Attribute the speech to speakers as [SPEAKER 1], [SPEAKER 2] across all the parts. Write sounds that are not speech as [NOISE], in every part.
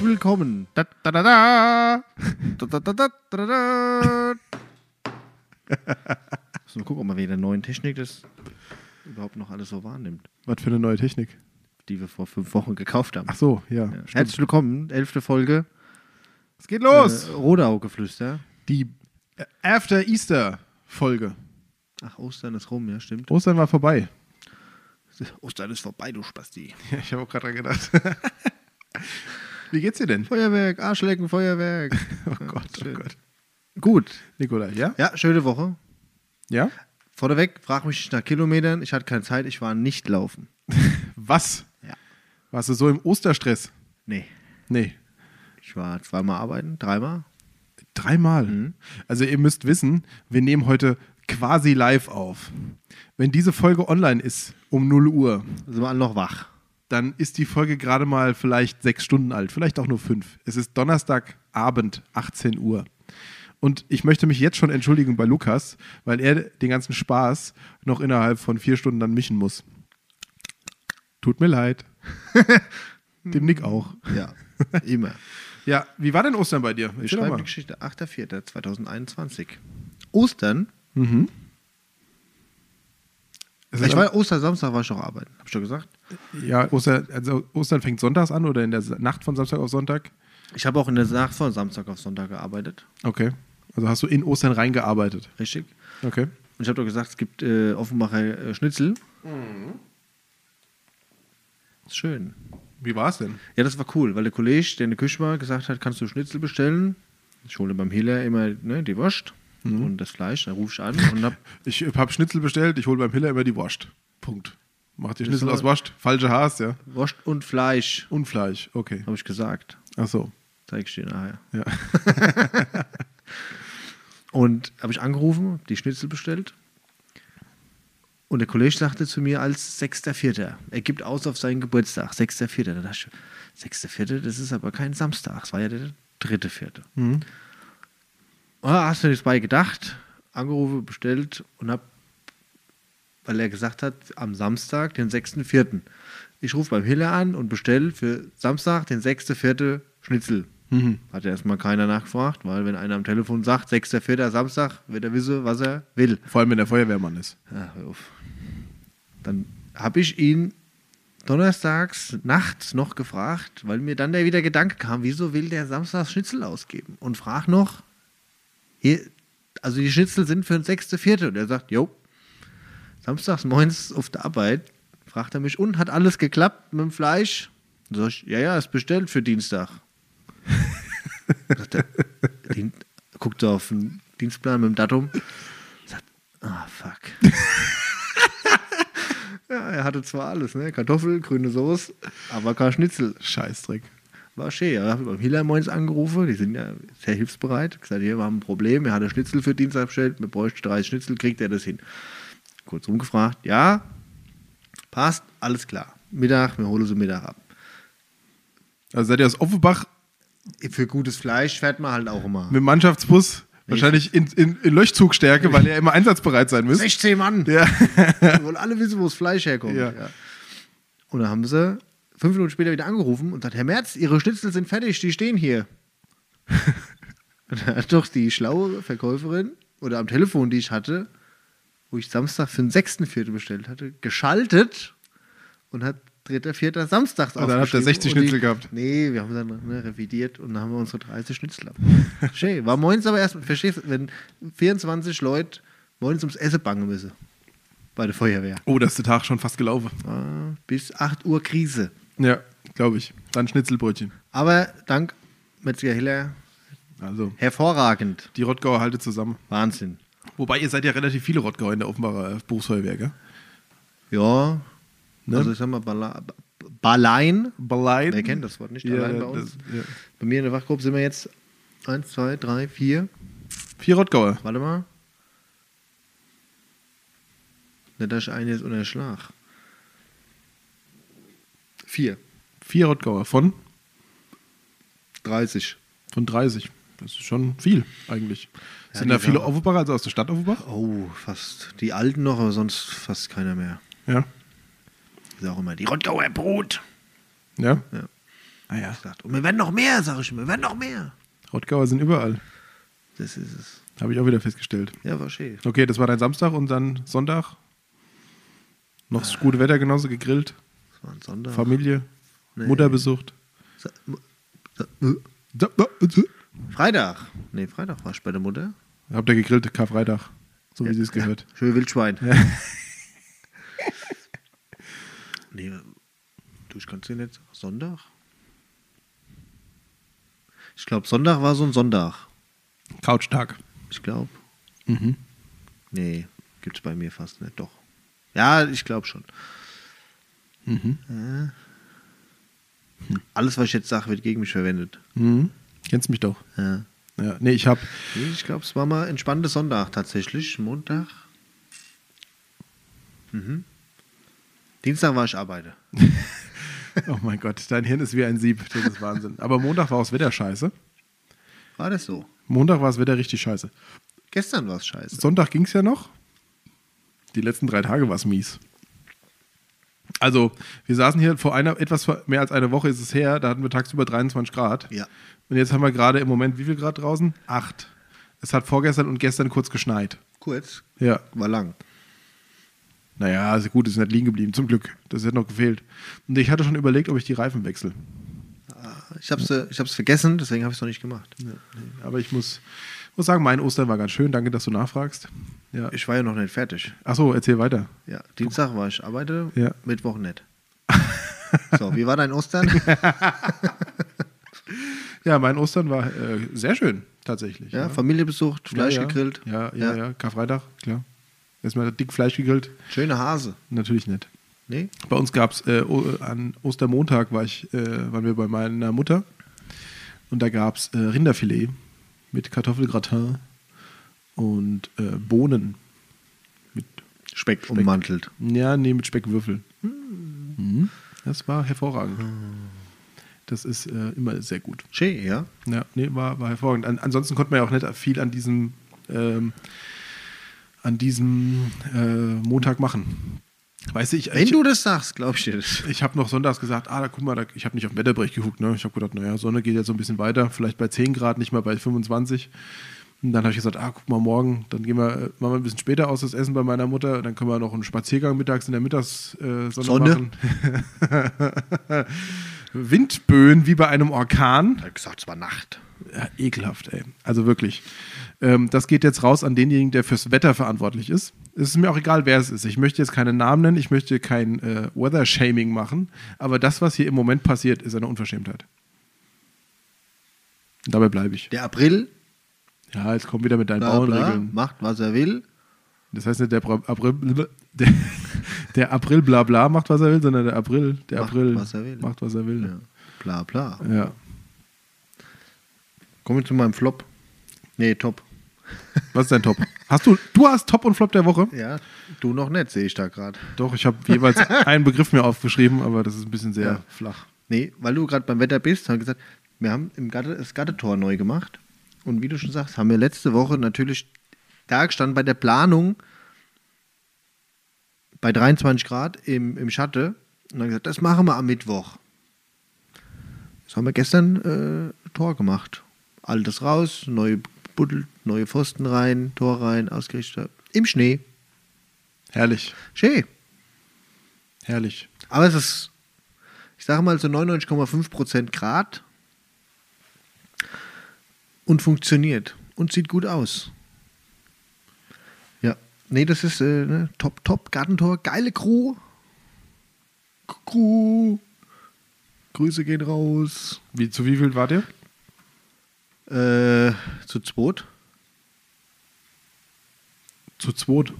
[SPEAKER 1] willkommen. Da, da, da, da. Da, da, da, da, da, da. Müssen wir gucken, ob man wegen der neuen Technik das überhaupt noch alles so wahrnimmt,
[SPEAKER 2] Was für eine neue Technik.
[SPEAKER 1] die wir vor fünf Wochen gekauft haben.
[SPEAKER 2] Ach so, ja.
[SPEAKER 1] Ja.
[SPEAKER 2] stimmt.
[SPEAKER 1] Herzlich willkommen, elfte Folge.
[SPEAKER 2] Es geht
[SPEAKER 1] Äh, Rodau-Geflüster.
[SPEAKER 2] die After Easter Folge.
[SPEAKER 1] Ach, Ostern ist rum, ja, stimmt.
[SPEAKER 2] Ostern war vorbei.
[SPEAKER 1] Ostern ist vorbei, du Spasti.
[SPEAKER 2] Ja, ich habe auch gerade dran gedacht. Wie geht's dir denn?
[SPEAKER 1] Feuerwerk, Arschlecken, Feuerwerk.
[SPEAKER 2] [LAUGHS] Oh Gott, oh Gott.
[SPEAKER 1] Gut.
[SPEAKER 2] Nikolai, ja?
[SPEAKER 1] Ja, schöne Woche.
[SPEAKER 2] Ja?
[SPEAKER 1] Vorneweg, frag mich nicht nach Kilometern. Ich hatte keine Zeit, ich war nicht laufen.
[SPEAKER 2] Was?
[SPEAKER 1] Ja.
[SPEAKER 2] Warst du so im Osterstress?
[SPEAKER 1] Nee.
[SPEAKER 2] Nee.
[SPEAKER 1] Ich war zweimal arbeiten, dreimal.
[SPEAKER 2] Dreimal. Also ihr müsst wissen, wir nehmen heute quasi live auf. Wenn diese Folge online ist um 0 Uhr,
[SPEAKER 1] Sind Also wir alle noch wach.
[SPEAKER 2] dann ist die Folge gerade mal vielleicht sechs Stunden alt, vielleicht auch nur fünf. Es ist Donnerstagabend, 18 Uhr. Und ich möchte mich jetzt schon entschuldigen bei Lukas, weil er den ganzen Spaß noch innerhalb von vier Stunden dann mischen muss. Tut mir [LAUGHS] leid. Dem Nick auch.
[SPEAKER 1] Ja, [LAUGHS] immer.
[SPEAKER 2] Ja, wie war denn Ostern bei dir?
[SPEAKER 1] Wir
[SPEAKER 2] Erzähl doch
[SPEAKER 1] schreiben
[SPEAKER 2] mal.
[SPEAKER 1] die Geschichte 8.4.2021. Ostern.
[SPEAKER 2] Es ist
[SPEAKER 1] Ich war Ostersamstag, war ich noch arbeiten. Hab ich schon gesagt.
[SPEAKER 2] am- ja, Ostern, also Ostern fängt sonntags an oder in der Sa- Nacht von Samstag auf Sonntag?
[SPEAKER 1] Ich habe auch in der Nacht von Samstag auf Sonntag gearbeitet.
[SPEAKER 2] Okay. Also hast du in Ostern reingearbeitet.
[SPEAKER 1] Richtig.
[SPEAKER 2] Okay.
[SPEAKER 1] Und ich habe doch gesagt, es gibt äh, Offenbacher äh, Schnitzel.
[SPEAKER 2] Mhm.
[SPEAKER 1] Ist schön.
[SPEAKER 2] Wie war es denn?
[SPEAKER 1] Ja, das war cool, weil der Kollege, der in der Küche war, gesagt hat, kannst du Schnitzel bestellen? Ich hole beim Hiller immer ne, die Wurst
[SPEAKER 2] Mhm.
[SPEAKER 1] und das Fleisch. Dann rufe ich an und
[SPEAKER 2] [LAUGHS]
[SPEAKER 1] hab,
[SPEAKER 2] Ich habe Schnitzel bestellt, ich hole beim Hiller immer die Wurst. Punkt. Mach die Schnitzel
[SPEAKER 1] aber-
[SPEAKER 2] aus Wurst. Falsche Haas, ja.
[SPEAKER 1] Wurst und Fleisch,
[SPEAKER 2] Und Fleisch, okay.
[SPEAKER 1] habe ich gesagt.
[SPEAKER 2] Ach so.
[SPEAKER 1] Zeig ich dir nachher.
[SPEAKER 2] Ja.
[SPEAKER 1] Und habe ich angerufen, die Schnitzel bestellt. Und der Kollege sagte zu mir als 6.4. Er gibt aus auf seinen Geburtstag, 6.4. Da dachte ich, 6.4., das ist aber kein Samstag, es war ja der dritte Vierte. Ah, hast du nichts bei gedacht? Angerufen, bestellt und hab, weil er gesagt hat, am Samstag, den 6.4. Ich rufe beim Hiller an und bestelle für Samstag, den 6.4. Schnitzel. Hat ja erstmal keiner nachgefragt, weil wenn einer am Telefon sagt, 6.4. Samstag, wird er wissen, was er will.
[SPEAKER 2] Vor allem, wenn der Feuerwehrmann ist.
[SPEAKER 1] Ja, hör auf. Dann habe ich ihn donnerstags nachts noch gefragt, weil mir dann der wieder Gedanke kam, wieso will der samstags Schnitzel ausgeben? Und frag noch, hier, also die Schnitzel sind für den sechste, vierte. Und er sagt, jo, samstags morgens auf der Arbeit, fragt er mich, und hat alles geklappt mit dem Fleisch? Und sag ich, ja, ja, ist bestellt für Dienstag. [LAUGHS] sagt er, Dien- guckt er auf den Dienstplan mit dem Datum. Ah, fuck. ja, er hatte zwar alles, ne? Kartoffel, grüne Soße, aber kein Schnitzel.
[SPEAKER 2] Scheißdreck.
[SPEAKER 1] War schön. Er hat beim Hiller Moins angerufen, die sind ja sehr hilfsbereit. Gesagt, hier, wir haben ein Problem, er hat ein Schnitzel für Dienstag bestellt, wir bräuchten 30 Schnitzel, kriegt er das hin? Kurz rumgefragt, ja, passt, alles klar. Mittag, wir holen sie Mittag ab.
[SPEAKER 2] Also seid ihr aus Offenbach
[SPEAKER 1] Für gutes Fleisch fährt man halt auch immer.
[SPEAKER 2] mit dem Mannschaftsbus? Wahrscheinlich in, in, in Löchzugstärke, weil ihr immer einsatzbereit sein müsst.
[SPEAKER 1] 16 Mann!
[SPEAKER 2] Ja.
[SPEAKER 1] Wir wollen alle wissen, wo das Fleisch herkommt.
[SPEAKER 2] Ja.
[SPEAKER 1] Ja. Und dann haben sie fünf Minuten später wieder angerufen und gesagt, Herr Merz, Ihre Schnitzel sind fertig, die stehen hier. [LAUGHS] und dann hat doch die schlaue Verkäuferin oder am Telefon, die ich hatte, wo ich Samstag für den 6.4. bestellt hatte, geschaltet und hat 3.4. Samstags
[SPEAKER 2] Und dann habt ihr
[SPEAKER 1] aufgeschrieben
[SPEAKER 2] 60
[SPEAKER 1] und die-
[SPEAKER 2] Schnitzel gehabt.
[SPEAKER 1] Nee, wir haben dann ne, revidiert und dann haben wir unsere 30
[SPEAKER 2] [LAUGHS]
[SPEAKER 1] Schnitzel ab. Schön. War morgens aber erst, verstehst du, wenn 24 Leute morgens ums Essen bangen müssen. Bei der Feuerwehr.
[SPEAKER 2] Oh, da ist der Tag schon fast gelaufen.
[SPEAKER 1] Ah, bis 8 Uhr Krise.
[SPEAKER 2] Ja, glaube ich. Dann Schnitzelbrötchen.
[SPEAKER 1] Aber dank Metzger Hiller
[SPEAKER 2] Also,
[SPEAKER 1] hervorragend.
[SPEAKER 2] die Rottgauer haltet zusammen.
[SPEAKER 1] Wahnsinn.
[SPEAKER 2] Wobei, ihr seid ja relativ viele Rottgauer in der Offenbarer Berufsfeuerwehr, gell?
[SPEAKER 1] Ja.
[SPEAKER 2] Ne?
[SPEAKER 1] Also ich sag mal, Bala- B- Balein.
[SPEAKER 2] Beleid.
[SPEAKER 1] Wer kennt das Wort nicht?
[SPEAKER 2] Ja,
[SPEAKER 1] Allein bei uns.
[SPEAKER 2] das- ja.
[SPEAKER 1] Bei mir in der Wachgruppe sind wir jetzt 1, 2, 3, 4.
[SPEAKER 2] Vier Rottgauer.
[SPEAKER 1] Warte mal. Nicht, dass ich einen jetzt unterschlag. Vier.
[SPEAKER 2] Vier Rottgauer von
[SPEAKER 1] 30.
[SPEAKER 2] Von 30. Das ist schon viel eigentlich.
[SPEAKER 1] Ja, die
[SPEAKER 2] Sind da viele
[SPEAKER 1] Sache.
[SPEAKER 2] Offenbacher, also aus der Stadt Offenbach?
[SPEAKER 1] Oh, fast. Die Alten noch, aber sonst fast keiner mehr.
[SPEAKER 2] Ja.
[SPEAKER 1] Ist auch immer die Rottgauer Brot.
[SPEAKER 2] Ja.
[SPEAKER 1] Ja.
[SPEAKER 2] Ah ja.
[SPEAKER 1] Ich dachte, und wir werden noch mehr, sage ich immer, wir werden noch mehr.
[SPEAKER 2] Rottgauer sind überall.
[SPEAKER 1] Das ist es.
[SPEAKER 2] Habe ich auch wieder festgestellt.
[SPEAKER 1] Ja, verstehe.
[SPEAKER 2] Okay, das war dein Samstag und dann Sonntag. Noch das gute Wetter genauso gegrillt.
[SPEAKER 1] Das war ein Sonntag.
[SPEAKER 2] Familie.
[SPEAKER 1] Nee.
[SPEAKER 2] Mutter besucht.
[SPEAKER 1] Sa- mu- sa- mu- Freitag. Nee, Freitag war ich bei der Mutter.
[SPEAKER 2] Habt ihr gegrillt, Karfreitag. So wie sie es gehört.
[SPEAKER 1] Schön Wildschwein. [LAUGHS] nee, du, ich kann es dir nicht. Sonntag? Ich glaube, Sonntag war so ein Sonntag.
[SPEAKER 2] [LAUGHS] Couchtag.
[SPEAKER 1] Ich glaube.
[SPEAKER 2] Mhm.
[SPEAKER 1] Nee, gibt es bei mir fast nicht. Doch. Ja, ich glaube schon. Äh. Alles, was ich jetzt sage, wird gegen mich verwendet.
[SPEAKER 2] Mhm. Kennst mich doch.
[SPEAKER 1] Ja.
[SPEAKER 2] Ja. Nee, ich habe
[SPEAKER 1] Nee, Ich glaube, es war mal entspannte Sonntag tatsächlich. Montag. Mhm. Dienstag war ich arbeite.
[SPEAKER 2] Oh mein Gott, dein Hirn ist wie ein Sieb. Das ist Wahnsinn. Aber Montag war auch das Wetter scheiße.
[SPEAKER 1] War das so?
[SPEAKER 2] Montag war das Wetter richtig scheiße.
[SPEAKER 1] Gestern war es scheiße.
[SPEAKER 2] Sonntag ging es ja noch. Die letzten drei Tage war es mies. Also, wir saßen hier vor einer, etwas vor- mehr als eine Woche ist es her, da hatten wir tagsüber 23 Grad.
[SPEAKER 1] Ja.
[SPEAKER 2] Und jetzt haben wir gerade im Moment, wie viel Grad draußen? Acht. Es hat vorgestern und gestern kurz geschneit.
[SPEAKER 1] Kurz,
[SPEAKER 2] Ja.
[SPEAKER 1] war lang.
[SPEAKER 2] Naja, also gut, ist nicht liegen geblieben, zum Glück. Das hätte noch gefehlt. Und ich hatte schon überlegt, ob ich die Reifen wechsle.
[SPEAKER 1] Ich habe es ich hab's vergessen, deswegen habe ich es noch nicht gemacht.
[SPEAKER 2] Aber ich muss, muss sagen, mein Ostern war ganz schön. Danke, dass du nachfragst. Ja.
[SPEAKER 1] Ich war ja noch nicht fertig.
[SPEAKER 2] Achso, erzähl weiter.
[SPEAKER 1] Ja, Dienstag war ich arbeite,
[SPEAKER 2] Ja.
[SPEAKER 1] Mittwoch nicht. [LAUGHS] So, wie war dein [LAUGHS] Ostern?
[SPEAKER 2] Ja, mein Ostern war äh, sehr schön, tatsächlich.
[SPEAKER 1] Ja, Familie besucht, Fleisch
[SPEAKER 2] ja, ja.
[SPEAKER 1] gegrillt.
[SPEAKER 2] Ja, ja, ja, Karfreitag, klar. Erstmal dick Fleisch gegrillt.
[SPEAKER 1] Schöne Hase. ne?
[SPEAKER 2] Natürlich nicht.
[SPEAKER 1] Nee?
[SPEAKER 2] Bei uns gab es äh, o- an Ostermontag war ich, äh, waren wir bei meiner Mutter und da gab es äh, Rinderfilet mit Kartoffelgratin und äh, Bohnen. Mit,
[SPEAKER 1] Speck, ummantelt.
[SPEAKER 2] ja, nee, mit Speckwürfel.
[SPEAKER 1] Hm.
[SPEAKER 2] Mhm. Das war hervorragend. Das ist äh, immer sehr gut.
[SPEAKER 1] Schön, ja.
[SPEAKER 2] Ja, nee, war, war hervorragend. An, ansonsten konnte man ja auch nicht viel an diesem, ähm, an diesem äh, Montag machen. Weißt du, ich,
[SPEAKER 1] Wenn
[SPEAKER 2] ich,
[SPEAKER 1] du das sagst, glaube ich dir das.
[SPEAKER 2] ich habe noch sonntags gesagt, ah, da guck mal, da, ich habe nicht auf den Wetterbericht geguckt, ne? Ich habe gedacht, naja, Sonne geht ja so ein bisschen weiter, vielleicht bei 10 Grad, nicht mal bei 25. Und dann habe ich gesagt, ah, guck mal, morgen, dann gehen wir, äh, machen wir ein bisschen später aus das Essen bei meiner Mutter, dann können wir noch einen Spaziergang mittags in der Mittagssonne äh,
[SPEAKER 1] Sonne.
[SPEAKER 2] Sonne machen. [LAUGHS] Windböen wie bei einem Orkan.
[SPEAKER 1] Ich habe gesagt, es war Nacht.
[SPEAKER 2] Ja, ekelhaft, ey. Also wirklich. Ähm, das geht jetzt raus an denjenigen, der fürs Wetter verantwortlich ist. Es ist mir auch egal, wer es ist. Ich möchte jetzt keine Namen nennen, ich möchte kein äh, Weather-Shaming machen, aber das, was hier im Moment passiert, ist eine Unverschämtheit. Und dabei bleibe ich.
[SPEAKER 1] Der April,
[SPEAKER 2] Ja, jetzt komm wieder mit deinen
[SPEAKER 1] bla, bla,
[SPEAKER 2] Bauernregeln.
[SPEAKER 1] macht, was er will.
[SPEAKER 2] Das heißt nicht, der Bra- April, [LAUGHS] der, der April bla bla macht, was er will, sondern der April, der
[SPEAKER 1] Macht,
[SPEAKER 2] April
[SPEAKER 1] was er will.
[SPEAKER 2] macht, was er
[SPEAKER 1] Ja.
[SPEAKER 2] will.
[SPEAKER 1] Bla, bla.
[SPEAKER 2] Ja.
[SPEAKER 1] Kommen wir zu meinem Flop. Nee, top.
[SPEAKER 2] Was ist dein Top? Hast du, du hast Top und Flop der Woche?
[SPEAKER 1] Ja, du noch nicht, sehe ich da gerade.
[SPEAKER 2] Doch, ich habe jeweils [LAUGHS] einen Begriff mir aufgeschrieben, aber das ist ein bisschen sehr
[SPEAKER 1] Ja.
[SPEAKER 2] flach.
[SPEAKER 1] Nee, weil du gerade beim Wetter bist, habe gesagt, wir haben im Gatte, das Gattetor neu gemacht. Und wie du schon sagst, haben wir letzte Woche natürlich da gestanden bei der Planung bei 23 Grad im, im Schatten und dann gesagt, das machen wir am Mittwoch. Das haben wir gestern äh, Tor gemacht. Altes raus, neue Buddel, neue Pfosten rein, Tor rein, ausgerichtet. Im Schnee.
[SPEAKER 2] Herrlich,
[SPEAKER 1] Schön.
[SPEAKER 2] herrlich.
[SPEAKER 1] Aber es ist, ich sage mal, so 99,5% Grad und funktioniert und sieht gut aus. Ja, nee, das ist äh, ne, top, top, Gartentor, geile Crew. K- Crew. Grüße gehen raus.
[SPEAKER 2] Wie, zu wie viel wart ihr?
[SPEAKER 1] Äh, zu zweit.
[SPEAKER 2] Zu zweit.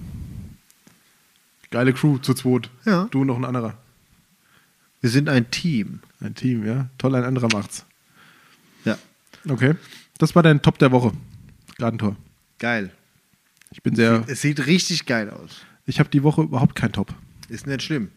[SPEAKER 2] Geile Crew, zu zweit.
[SPEAKER 1] Ja.
[SPEAKER 2] Du und noch ein anderer.
[SPEAKER 1] Wir sind ein Team.
[SPEAKER 2] Ein Team, ja. Toll, ein anderer macht's.
[SPEAKER 1] Ja,
[SPEAKER 2] Okay. Das war dein Top der Woche. Gartentor.
[SPEAKER 1] geil.
[SPEAKER 2] Ich bin sehr.
[SPEAKER 1] Es sieht richtig geil aus.
[SPEAKER 2] Ich habe die Woche überhaupt kein Top.
[SPEAKER 1] Ist nicht schlimm.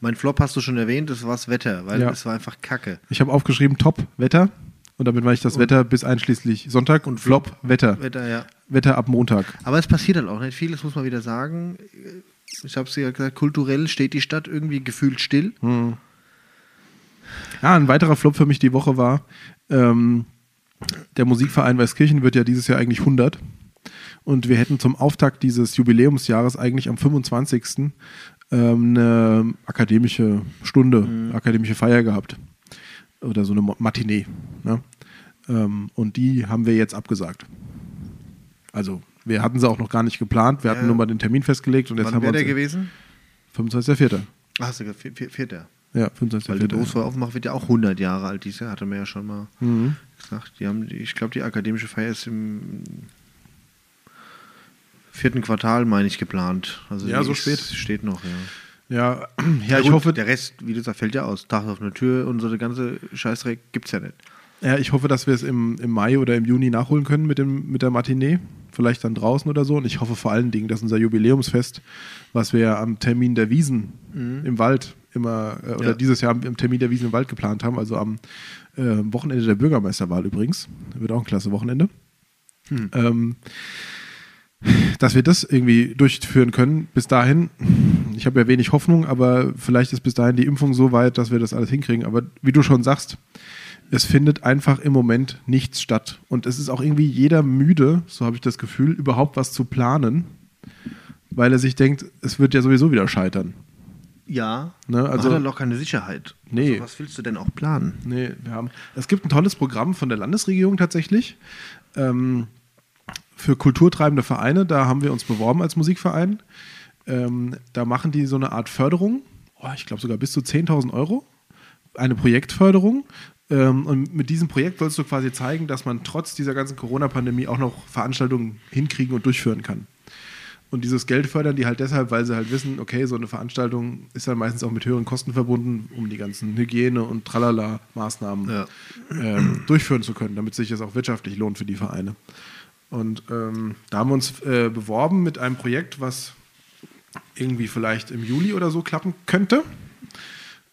[SPEAKER 1] Mein Flop hast du schon erwähnt, das war das Wetter, weil
[SPEAKER 2] Ja.
[SPEAKER 1] es war einfach kacke.
[SPEAKER 2] Ich habe aufgeschrieben Top Wetter und damit meine ich das Wetter bis einschließlich Sonntag und Flop Wetter.
[SPEAKER 1] Wetter, ja.
[SPEAKER 2] Wetter ab Montag.
[SPEAKER 1] Aber es passiert halt auch nicht viel, das muss man wieder sagen.
[SPEAKER 2] Hm,
[SPEAKER 1] Ich habe es ja gesagt, kulturell steht die Stadt irgendwie gefühlt still.
[SPEAKER 2] Ja, ein weiterer Flop für mich die Woche war, ähm, der Musikverein Weißkirchen wird ja dieses Jahr eigentlich 100. Und wir hätten zum Auftakt dieses Jubiläumsjahres eigentlich am 25. Ähm, eine akademische Stunde,
[SPEAKER 1] Mhm.
[SPEAKER 2] akademische Feier gehabt. Oder so eine Mo- Matinee. Ne? Ähm, und die haben wir jetzt abgesagt. Also, wir hatten sie auch noch gar nicht geplant. Wir hatten
[SPEAKER 1] Ja.
[SPEAKER 2] nur mal den Termin festgelegt und jetzt
[SPEAKER 1] Wann
[SPEAKER 2] haben wir
[SPEAKER 1] wäre
[SPEAKER 2] uns.
[SPEAKER 1] der gewesen?
[SPEAKER 2] 25.04.
[SPEAKER 1] Ach, hast du gesagt, vier- vier- vierter. Weil
[SPEAKER 2] Ja,
[SPEAKER 1] der
[SPEAKER 2] 25.04.
[SPEAKER 1] Großfeuer aufmacht, wird ja auch 100 Jahre alt dieses Jahr, hatte man ja schon mal
[SPEAKER 2] Mhm.
[SPEAKER 1] gesagt. Die haben, die- ich glaube, die akademische Feier ist im vierten Quartal, meine ich, geplant. Also
[SPEAKER 2] Ja,
[SPEAKER 1] die
[SPEAKER 2] so
[SPEAKER 1] ist,
[SPEAKER 2] spät.
[SPEAKER 1] Steht noch, ja.
[SPEAKER 2] Ja, [CLEARS THROAT] ja,
[SPEAKER 1] Ja,
[SPEAKER 2] ich
[SPEAKER 1] gut,
[SPEAKER 2] hoffe,
[SPEAKER 1] Der Rest, wie du sagst, fällt ja aus. Tag auf eine Tür und so der ganze Scheißdreck gibt's ja nicht.
[SPEAKER 2] Ja, ich hoffe, dass wir es im, im Mai oder im Juni nachholen können mit, dem, mit der Matinee. Vielleicht dann draußen oder so. Und ich hoffe vor allen Dingen, dass unser Jubiläumsfest, was wir ja am Termin der Wiesen im Wald immer, äh, oder
[SPEAKER 1] Ja.
[SPEAKER 2] dieses Jahr am- am Termin der Wiesen im Wald geplant haben, also am äh, Wochenende der Bürgermeisterwahl übrigens, wird auch ein klasse Wochenende, ähm, dass wir das irgendwie durchführen können. Bis dahin, ich habe ja wenig Hoffnung, aber vielleicht ist bis dahin die Impfung so weit, dass wir das alles hinkriegen. Aber wie du schon sagst, es findet einfach im Moment nichts statt. Und es ist auch irgendwie jeder müde, so habe ich das Gefühl, überhaupt was zu planen, weil er sich denkt, es wird ja sowieso wieder scheitern.
[SPEAKER 1] Ja,
[SPEAKER 2] Ne, also-
[SPEAKER 1] also hat er locker eine Sicherheit.
[SPEAKER 2] Nee.
[SPEAKER 1] Also, was willst du denn auch planen?
[SPEAKER 2] Nee, wir haben. Es gibt ein tolles Programm von der Landesregierung tatsächlich. Ähm, für kulturtreibende Vereine, da haben wir uns beworben als Musikverein. Ähm, da machen die so eine Art Förderung, oh, ich glaube sogar bis zu 10.000 Euro, eine Projektförderung. Ähm, und mit diesem Projekt sollst du quasi zeigen, dass man trotz dieser ganzen Corona-Pandemie auch noch Veranstaltungen hinkriegen und durchführen kann. Und dieses Geld fördern die halt deshalb, weil sie halt wissen, okay, so eine Veranstaltung ist dann meistens auch mit höheren Kosten verbunden, um die ganzen Hygiene- und Tralala-Maßnahmen
[SPEAKER 1] Ja.
[SPEAKER 2] ähm, [CLEARS THROAT] durchführen zu können, damit sich das auch wirtschaftlich lohnt für die Vereine. Und ähm, da haben wir uns äh, beworben mit einem Projekt, was irgendwie vielleicht im Juli oder so klappen könnte.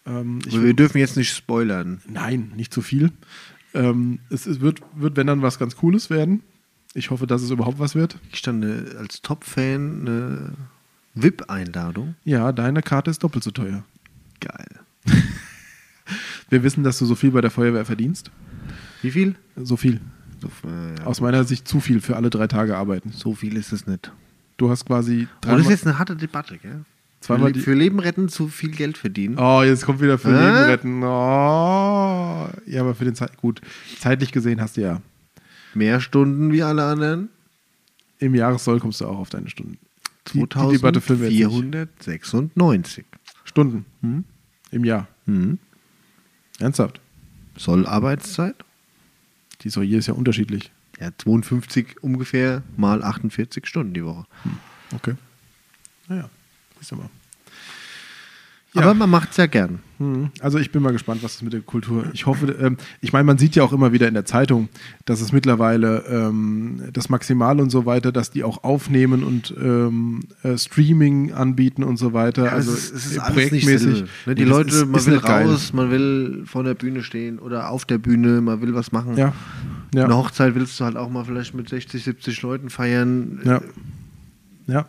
[SPEAKER 2] Ähm, ich
[SPEAKER 1] Also, wir dürfen jetzt nicht spoilern.
[SPEAKER 2] Nein, nicht zu viel. Ähm, es, es wird, wird, wenn dann was ganz Cooles werden. Ich hoffe, dass es überhaupt was wird.
[SPEAKER 1] Ich stand äh, als Top-Fan eine VIP-Einladung.
[SPEAKER 2] Ja, deine Karte ist doppelt so teuer.
[SPEAKER 1] Geil.
[SPEAKER 2] Wir wissen, dass du so viel bei der Feuerwehr verdienst.
[SPEAKER 1] Wie viel?
[SPEAKER 2] So viel.
[SPEAKER 1] So, äh, ja.
[SPEAKER 2] Aus meiner Sicht zu viel für alle drei Tage arbeiten.
[SPEAKER 1] so viel ist es nicht.
[SPEAKER 2] Du hast
[SPEAKER 1] Oh,
[SPEAKER 2] quasi
[SPEAKER 1] das ist
[SPEAKER 2] dreimal-
[SPEAKER 1] jetzt eine harte Debatte, gell?
[SPEAKER 2] Zweimal
[SPEAKER 1] für,
[SPEAKER 2] die-
[SPEAKER 1] Le- für Leben retten zu viel Geld verdienen.
[SPEAKER 2] Oh, jetzt kommt wieder für
[SPEAKER 1] Hä?
[SPEAKER 2] Leben retten. Oh. Ja, aber für den Zeit. Gut, zeitlich gesehen hast du ja.
[SPEAKER 1] Mehr Stunden wie alle anderen.
[SPEAKER 2] Im Jahressoll kommst du auch auf deine Stunden. Die, die Debatte führen wir jetzt nicht.
[SPEAKER 1] 2496.
[SPEAKER 2] Stunden im Jahr.
[SPEAKER 1] Hm.
[SPEAKER 2] Ernsthaft.
[SPEAKER 1] Soll Arbeitszeit?
[SPEAKER 2] Die ist doch jedes Jahr unterschiedlich.
[SPEAKER 1] Ja, 52 ungefähr mal 48 Stunden die Woche.
[SPEAKER 2] Okay. Naja, siehst du mal.
[SPEAKER 1] Aber man macht es ja gern.
[SPEAKER 2] Hm, Also ich bin mal gespannt, was es mit der Kultur. Ich hoffe, ähm, ich meine, man sieht ja auch immer wieder in der Zeitung, dass es mittlerweile ähm, das Maximal und so weiter, dass die auch aufnehmen und ähm, äh, Streaming anbieten und so weiter.
[SPEAKER 1] Ja,
[SPEAKER 2] also äh,
[SPEAKER 1] dasselbe, Ne? Die
[SPEAKER 2] Nee, das
[SPEAKER 1] Leute,
[SPEAKER 2] ist-
[SPEAKER 1] man
[SPEAKER 2] ist
[SPEAKER 1] will
[SPEAKER 2] nicht geil.
[SPEAKER 1] raus, man will vor der Bühne stehen oder auf der Bühne, man will was machen.
[SPEAKER 2] Ja, ja,
[SPEAKER 1] Eine Hochzeit willst du halt auch mal vielleicht mit 60, 70 Leuten feiern.
[SPEAKER 2] ja, ja,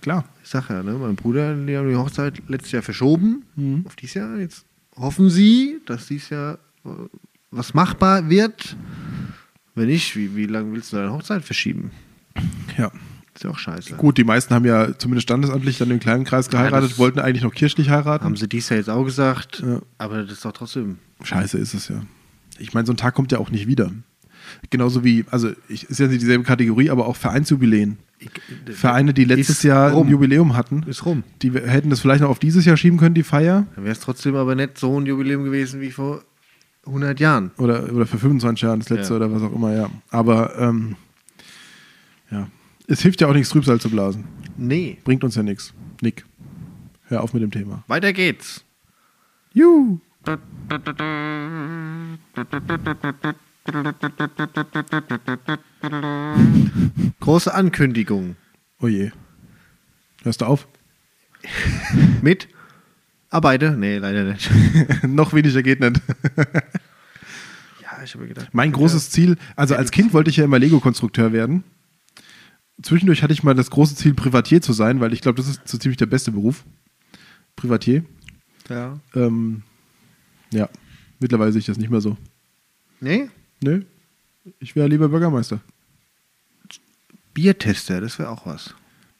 [SPEAKER 2] klar.
[SPEAKER 1] Ich sag ja, ne? mein Bruder, die haben die Hochzeit letztes Jahr verschoben
[SPEAKER 2] Mhm.
[SPEAKER 1] auf dieses Jahr. Jetzt hoffen sie, dass dieses Jahr äh, was machbar wird. Wenn nicht, wie, wie lange willst du deine Hochzeit verschieben?
[SPEAKER 2] Ja.
[SPEAKER 1] Ist ja auch scheiße.
[SPEAKER 2] Gut, die meisten haben ja zumindest standesamtlich dann im kleinen Kreis geheiratet,
[SPEAKER 1] das-
[SPEAKER 2] wollten eigentlich noch kirchlich heiraten.
[SPEAKER 1] Haben sie dies Jahr jetzt auch gesagt,
[SPEAKER 2] Ja.
[SPEAKER 1] aber das ist doch trotzdem.
[SPEAKER 2] Scheiße ist es ja. Ich meine, so ein Tag kommt ja auch nicht wieder. Genauso wie, also ich, ist ja nicht dieselbe Kategorie, aber auch Vereinsjubiläen.
[SPEAKER 1] äh,
[SPEAKER 2] Vereine, die letztes
[SPEAKER 1] Ist
[SPEAKER 2] Jahr
[SPEAKER 1] rum.
[SPEAKER 2] ein Jubiläum hatten,
[SPEAKER 1] Ist rum.
[SPEAKER 2] die wir- hätten das vielleicht noch auf dieses Jahr schieben können, die Feier,
[SPEAKER 1] Dann wäre es trotzdem aber nicht so ein Jubiläum gewesen wie vor 100 Jahren.
[SPEAKER 2] oder, oder für 25 Jahre das letzte
[SPEAKER 1] Ja.
[SPEAKER 2] oder was auch immer, ja. Aber ähm, ja, es hilft ja auch nichts, Trübsal zu blasen.
[SPEAKER 1] Nee.
[SPEAKER 2] Bringt uns ja nichts. Nick, hör auf mit dem Thema.
[SPEAKER 1] Weiter geht's.
[SPEAKER 2] Juhu!
[SPEAKER 1] Große Ankündigung
[SPEAKER 2] Oh je. Hörst du auf? [LAUGHS]
[SPEAKER 1] mit Arbeiter. Nee, leider nicht.
[SPEAKER 2] noch weniger geht nicht.
[SPEAKER 1] [LAUGHS] Ja, ich habe mir gedacht.
[SPEAKER 2] Mein großes Ziel, also als Kind wollte ich ja immer Lego-Konstrukteur werden. Zwischendurch hatte ich mal das große Ziel, Privatier zu sein, weil ich glaube, das ist so ziemlich der beste Beruf. Privatier.
[SPEAKER 1] Ja.
[SPEAKER 2] Ähm, ja. Mittlerweile sehe ich das nicht mehr so.
[SPEAKER 1] Nee?
[SPEAKER 2] Nö. Ich wäre lieber Bürgermeister.
[SPEAKER 1] Biertester, das wäre auch was.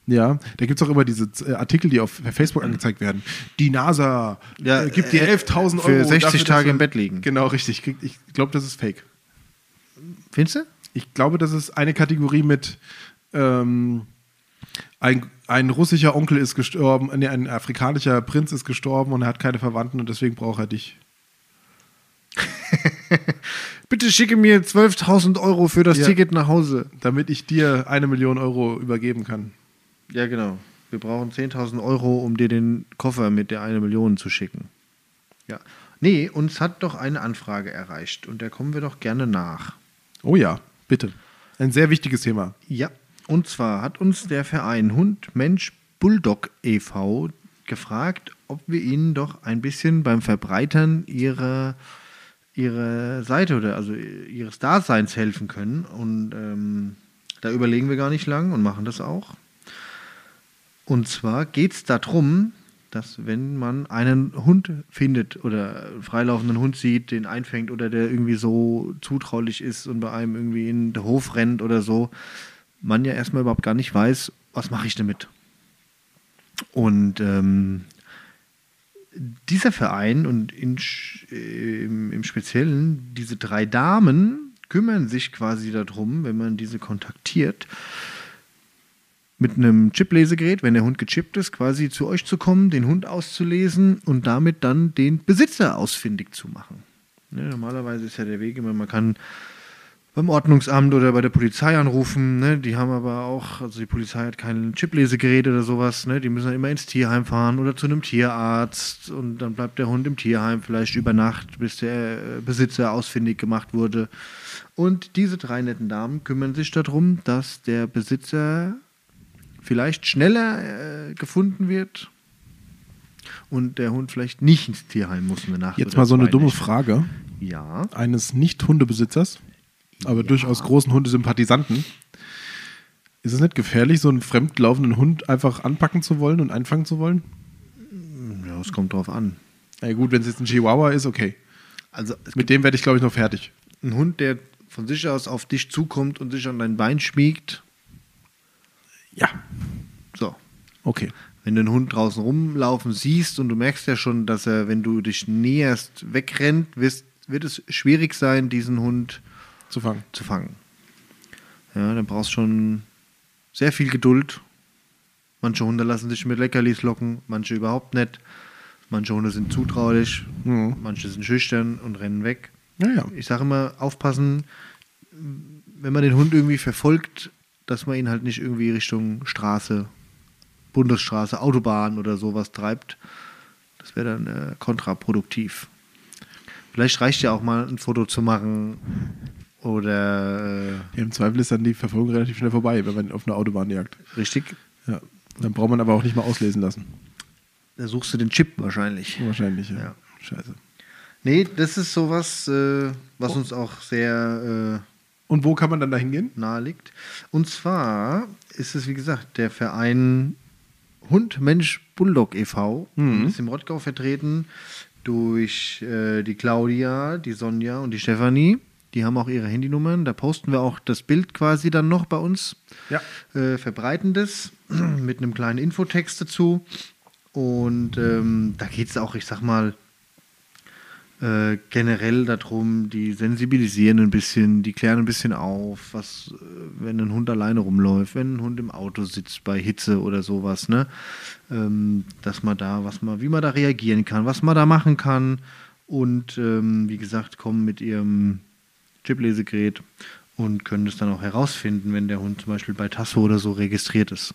[SPEAKER 2] Ja, da gibt es auch immer diese äh, Artikel, die auf Facebook angezeigt werden. Die NASA
[SPEAKER 1] Ja,
[SPEAKER 2] äh, gibt dir
[SPEAKER 1] äh,
[SPEAKER 2] 11.000 Euro.
[SPEAKER 1] für
[SPEAKER 2] dafür,
[SPEAKER 1] 60
[SPEAKER 2] dass
[SPEAKER 1] Tage
[SPEAKER 2] du-
[SPEAKER 1] im Bett liegen.
[SPEAKER 2] Genau, richtig. Krieg- Ich glaube, das ist fake.
[SPEAKER 1] Findest du?
[SPEAKER 2] Ich glaube, das ist eine Kategorie mit ähm, ein, ein russischer Onkel ist gestorben, nee, ein afrikanischer Prinz ist gestorben und er hat keine Verwandten und deswegen braucht er dich.
[SPEAKER 1] Bitte schicke mir 12.000 Euro für das
[SPEAKER 2] Ja.
[SPEAKER 1] Ticket nach Hause.
[SPEAKER 2] Damit ich dir eine Million Euro übergeben kann.
[SPEAKER 1] Ja, genau. Wir brauchen 10.000 Euro, um dir den Koffer mit der eine Million zu schicken. Ja. Nee, uns hat doch eine Anfrage erreicht und der kommen wir doch gerne nach.
[SPEAKER 2] Oh ja, bitte. Ein sehr wichtiges Thema.
[SPEAKER 1] Ja, und zwar hat uns der Verein Hund Mensch Bulldog e.V. gefragt, ob wir ihnen doch ein bisschen beim Verbreitern ihrer, ihrer Seite oder also ihres Daseins helfen können. Und ähm, da überlegen wir gar nicht lang und machen das auch. Und zwar geht es darum, dass wenn man einen Hund findet oder einen freilaufenden Hund sieht, den einfängt oder der irgendwie so zutraulich ist und bei einem irgendwie in den Hof rennt oder so, man ja erstmal überhaupt gar nicht weiß, was mache ich damit. Und ähm, dieser Verein und in, Sch- äh, im, im Speziellen diese drei Damen kümmern sich quasi darum, wenn man diese kontaktiert, mit einem Chip-Lesegerät, wenn der Hund gechippt ist, quasi zu euch zu kommen, den Hund auszulesen und damit dann den Besitzer ausfindig zu machen. Ne, normalerweise ist ja der Weg immer, man kann beim Ordnungsamt oder bei der Polizei anrufen. Ne? Die haben aber auch, also die Polizei hat kein Chiplesegerät oder sowas. Ne? Die müssen dann immer ins Tierheim fahren oder zu einem Tierarzt und dann bleibt der Hund im Tierheim vielleicht über Nacht, bis der äh, Besitzer ausfindig gemacht wurde. Und diese drei netten Damen kümmern sich darum, dass der Besitzer vielleicht schneller äh, gefunden wird und der Hund vielleicht nicht ins Tierheim muss in der Nacht.
[SPEAKER 2] Jetzt
[SPEAKER 1] oder
[SPEAKER 2] mal so eine
[SPEAKER 1] zwei
[SPEAKER 2] dumme
[SPEAKER 1] Nächte.
[SPEAKER 2] Frage
[SPEAKER 1] Ja.
[SPEAKER 2] eines Nicht-Hundebesitzers, aber durchaus großen Hundesympathisanten. Ist es nicht gefährlich, so einen fremdlaufenden Hund einfach anpacken zu wollen und einfangen zu wollen?
[SPEAKER 1] ja, es kommt drauf an.
[SPEAKER 2] Na ja, gut, wenn es jetzt ein Chihuahua ist, okay.
[SPEAKER 1] Also
[SPEAKER 2] Mit dem werde ich, glaube ich, noch fertig.
[SPEAKER 1] ein Hund, der von sich aus auf dich zukommt und sich an dein Bein schmiegt.
[SPEAKER 2] Ja.
[SPEAKER 1] So.
[SPEAKER 2] Okay.
[SPEAKER 1] Wenn du einen Hund draußen rumlaufen siehst und du merkst ja schon, dass er, wenn du dich näherst, wegrennt, wirst, wird es schwierig sein, diesen Hund
[SPEAKER 2] Zu fangen.
[SPEAKER 1] zu fangen. Ja, dann brauchst du schon sehr viel Geduld. Manche Hunde lassen sich mit Leckerlis locken, manche überhaupt nicht. Manche Hunde sind zutraulich,
[SPEAKER 2] Mhm.
[SPEAKER 1] manche sind schüchtern und rennen weg.
[SPEAKER 2] Naja.
[SPEAKER 1] Ich sage immer, aufpassen, wenn man den Hund irgendwie verfolgt, dass man ihn halt nicht irgendwie Richtung Straße, Bundesstraße, Autobahn oder sowas treibt. Das wäre dann äh, kontraproduktiv. Vielleicht reicht ja auch mal ein Foto zu machen oder äh,
[SPEAKER 2] Im Zweifel ist dann die Verfolgung relativ schnell vorbei, wenn man auf einer Autobahn jagt.
[SPEAKER 1] richtig,
[SPEAKER 2] Ja. Dann braucht man aber auch nicht mal auslesen lassen.
[SPEAKER 1] da suchst du den Chip wahrscheinlich.
[SPEAKER 2] Wahrscheinlich. Ja.
[SPEAKER 1] Ja.
[SPEAKER 2] Scheiße.
[SPEAKER 1] Nee, das ist sowas, äh, was uns auch sehr äh,
[SPEAKER 2] Und wo kann man dann da hingehen?
[SPEAKER 1] nahe liegt. Und zwar ist es, wie gesagt, der Verein Hund, Mensch, Bulldog e.V. ist im Rottgau vertreten durch äh, die Claudia, die Sonja und die Stefanie. Die haben auch ihre Handynummern. Da posten wir auch das Bild quasi dann noch bei uns.
[SPEAKER 2] Ja.
[SPEAKER 1] Äh, verbreiten das [CLEARS THROAT] mit einem kleinen Infotext dazu. Und ähm, da geht es auch, ich sag mal, äh, generell darum, die sensibilisieren ein bisschen, die klären ein bisschen auf, was, äh, wenn ein Hund alleine rumläuft, wenn ein Hund im Auto sitzt bei Hitze oder sowas, ne? Ähm, dass man da, was man, wie man da reagieren kann, was man da machen kann und ähm, wie gesagt, kommen mit ihrem Chiplesegerät und können das dann auch herausfinden, wenn der Hund zum Beispiel bei Tasso oder so registriert ist.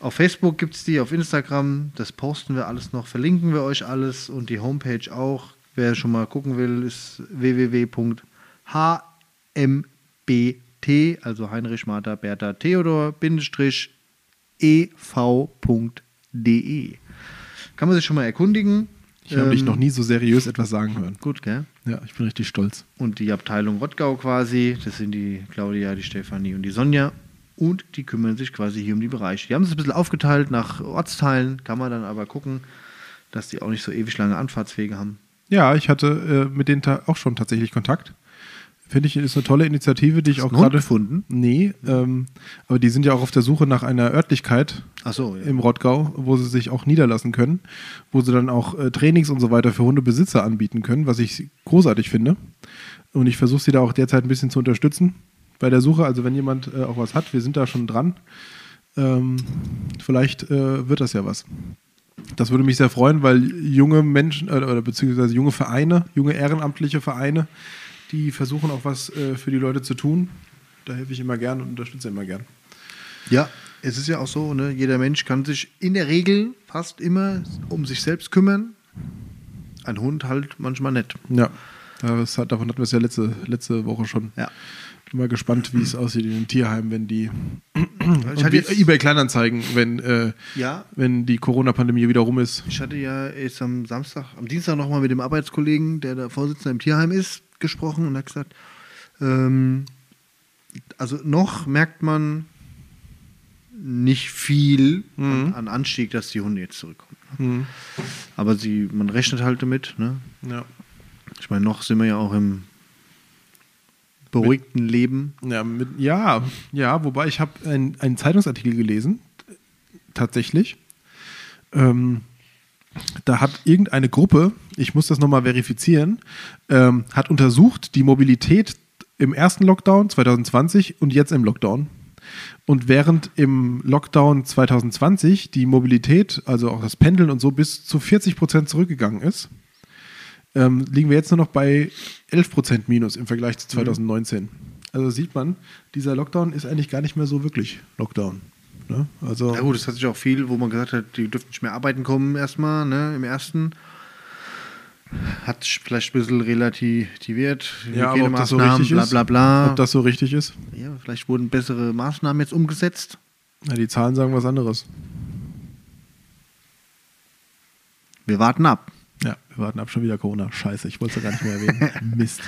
[SPEAKER 1] Auf Facebook gibt es die, auf Instagram, das posten wir alles noch, verlinken wir euch alles und die Homepage auch. Wer schon mal gucken will, ist www.hmbt, also Heinrich Martha Bertha Theodor, Bindestrich, E ev.de. E. Kann man sich schon mal erkundigen.
[SPEAKER 2] Ich habe dich
[SPEAKER 1] Ähm,
[SPEAKER 2] noch nie so seriös etwas sagen hören.
[SPEAKER 1] Gut, gell?
[SPEAKER 2] Ja, ich bin richtig stolz.
[SPEAKER 1] und die Abteilung Rottgau quasi. Das sind die Claudia, die Stefanie und die Sonja. Und die kümmern sich quasi hier um die Bereiche. Die haben es ein bisschen aufgeteilt nach Ortsteilen, kann man dann aber gucken, dass die auch nicht so ewig lange Anfahrtswege haben.
[SPEAKER 2] Ja, ich hatte äh, mit denen ta- auch schon tatsächlich Kontakt. Finde ich, ist eine tolle Initiative, die ich auch
[SPEAKER 1] einen Hund
[SPEAKER 2] gerade.
[SPEAKER 1] gefunden?
[SPEAKER 2] Nee, ähm, aber die sind ja auch auf der Suche nach einer Örtlichkeit
[SPEAKER 1] Ach so, ja.
[SPEAKER 2] im Rottgau, wo sie sich auch niederlassen können, wo sie dann auch äh, Trainings und so weiter für Hundebesitzer anbieten können, was ich großartig finde. Und ich versuche sie da auch derzeit ein bisschen zu unterstützen bei der Suche. Also wenn jemand äh, auch was hat, wir sind da schon dran. Ähm, vielleicht äh, wird das ja was. Das würde mich sehr freuen, weil junge Menschen äh, oder beziehungsweise junge Vereine, junge ehrenamtliche Vereine, die versuchen auch was äh, für die Leute zu tun. Da helfe ich immer gern und unterstütze immer gern.
[SPEAKER 1] Ja, es ist ja auch so, ne? jeder Mensch kann sich in der Regel fast immer um sich selbst kümmern. Ein Hund halt manchmal nicht.
[SPEAKER 2] Ja, das hat, davon hatten wir es ja letzte, letzte Woche schon.
[SPEAKER 1] Ja.
[SPEAKER 2] Bin mal gespannt, wie es aussieht in den Tierheimen, wenn die
[SPEAKER 1] Ich
[SPEAKER 2] und
[SPEAKER 1] hatte,
[SPEAKER 2] wie,
[SPEAKER 1] jetzt,
[SPEAKER 2] eBay Kleinanzeigen, wenn, äh,
[SPEAKER 1] Hm, Ja.
[SPEAKER 2] wenn die Corona-Pandemie wieder rum ist.
[SPEAKER 1] ich hatte ja jetzt am Samstag, am Dienstag nochmal mit dem Arbeitskollegen, der der Vorsitzende im Tierheim ist, gesprochen und hat gesagt, ähm, also noch merkt man nicht viel an, an Anstieg, dass die Hunde jetzt zurückkommen. Aber sie, man rechnet halt damit, ne?
[SPEAKER 2] Hm. Ja.
[SPEAKER 1] Ich meine, noch sind wir ja auch im beruhigten Leben.
[SPEAKER 2] Ja, mit, ja, ja, wobei ich habe ein- einen Zeitungsartikel gelesen, t- tatsächlich. Ähm, da hat irgendeine Gruppe, ich muss das nochmal verifizieren, ähm, hat untersucht die Mobilität im ersten Lockdown 2020 und jetzt im Lockdown. Und während im Lockdown 2020 die Mobilität, also auch das Pendeln und so, bis zu 40 Prozent zurückgegangen ist, ähm, liegen wir jetzt nur noch bei 11% Minus im Vergleich zu 2019. Also sieht man, dieser Lockdown ist eigentlich gar nicht mehr so wirklich Lockdown. Ne? Also,
[SPEAKER 1] Na gut, es hat sich auch viel, wo man gesagt hat, die dürften nicht mehr arbeiten kommen erstmal, ne, im ersten. Hat sich vielleicht ein bisschen relativiert.
[SPEAKER 2] ja, aber ob das so
[SPEAKER 1] Hygienemaßnahmen,
[SPEAKER 2] richtig
[SPEAKER 1] bla
[SPEAKER 2] ist,
[SPEAKER 1] bla bla.
[SPEAKER 2] ob das so richtig ist,
[SPEAKER 1] ja, vielleicht wurden bessere Maßnahmen jetzt umgesetzt.
[SPEAKER 2] ja, die Zahlen sagen was anderes.
[SPEAKER 1] Wir warten ab.
[SPEAKER 2] Ja, wir warten ab schon wieder Corona. Scheiße, ich wollte es ja gar nicht mehr [LAUGHS] erwähnen. Mist.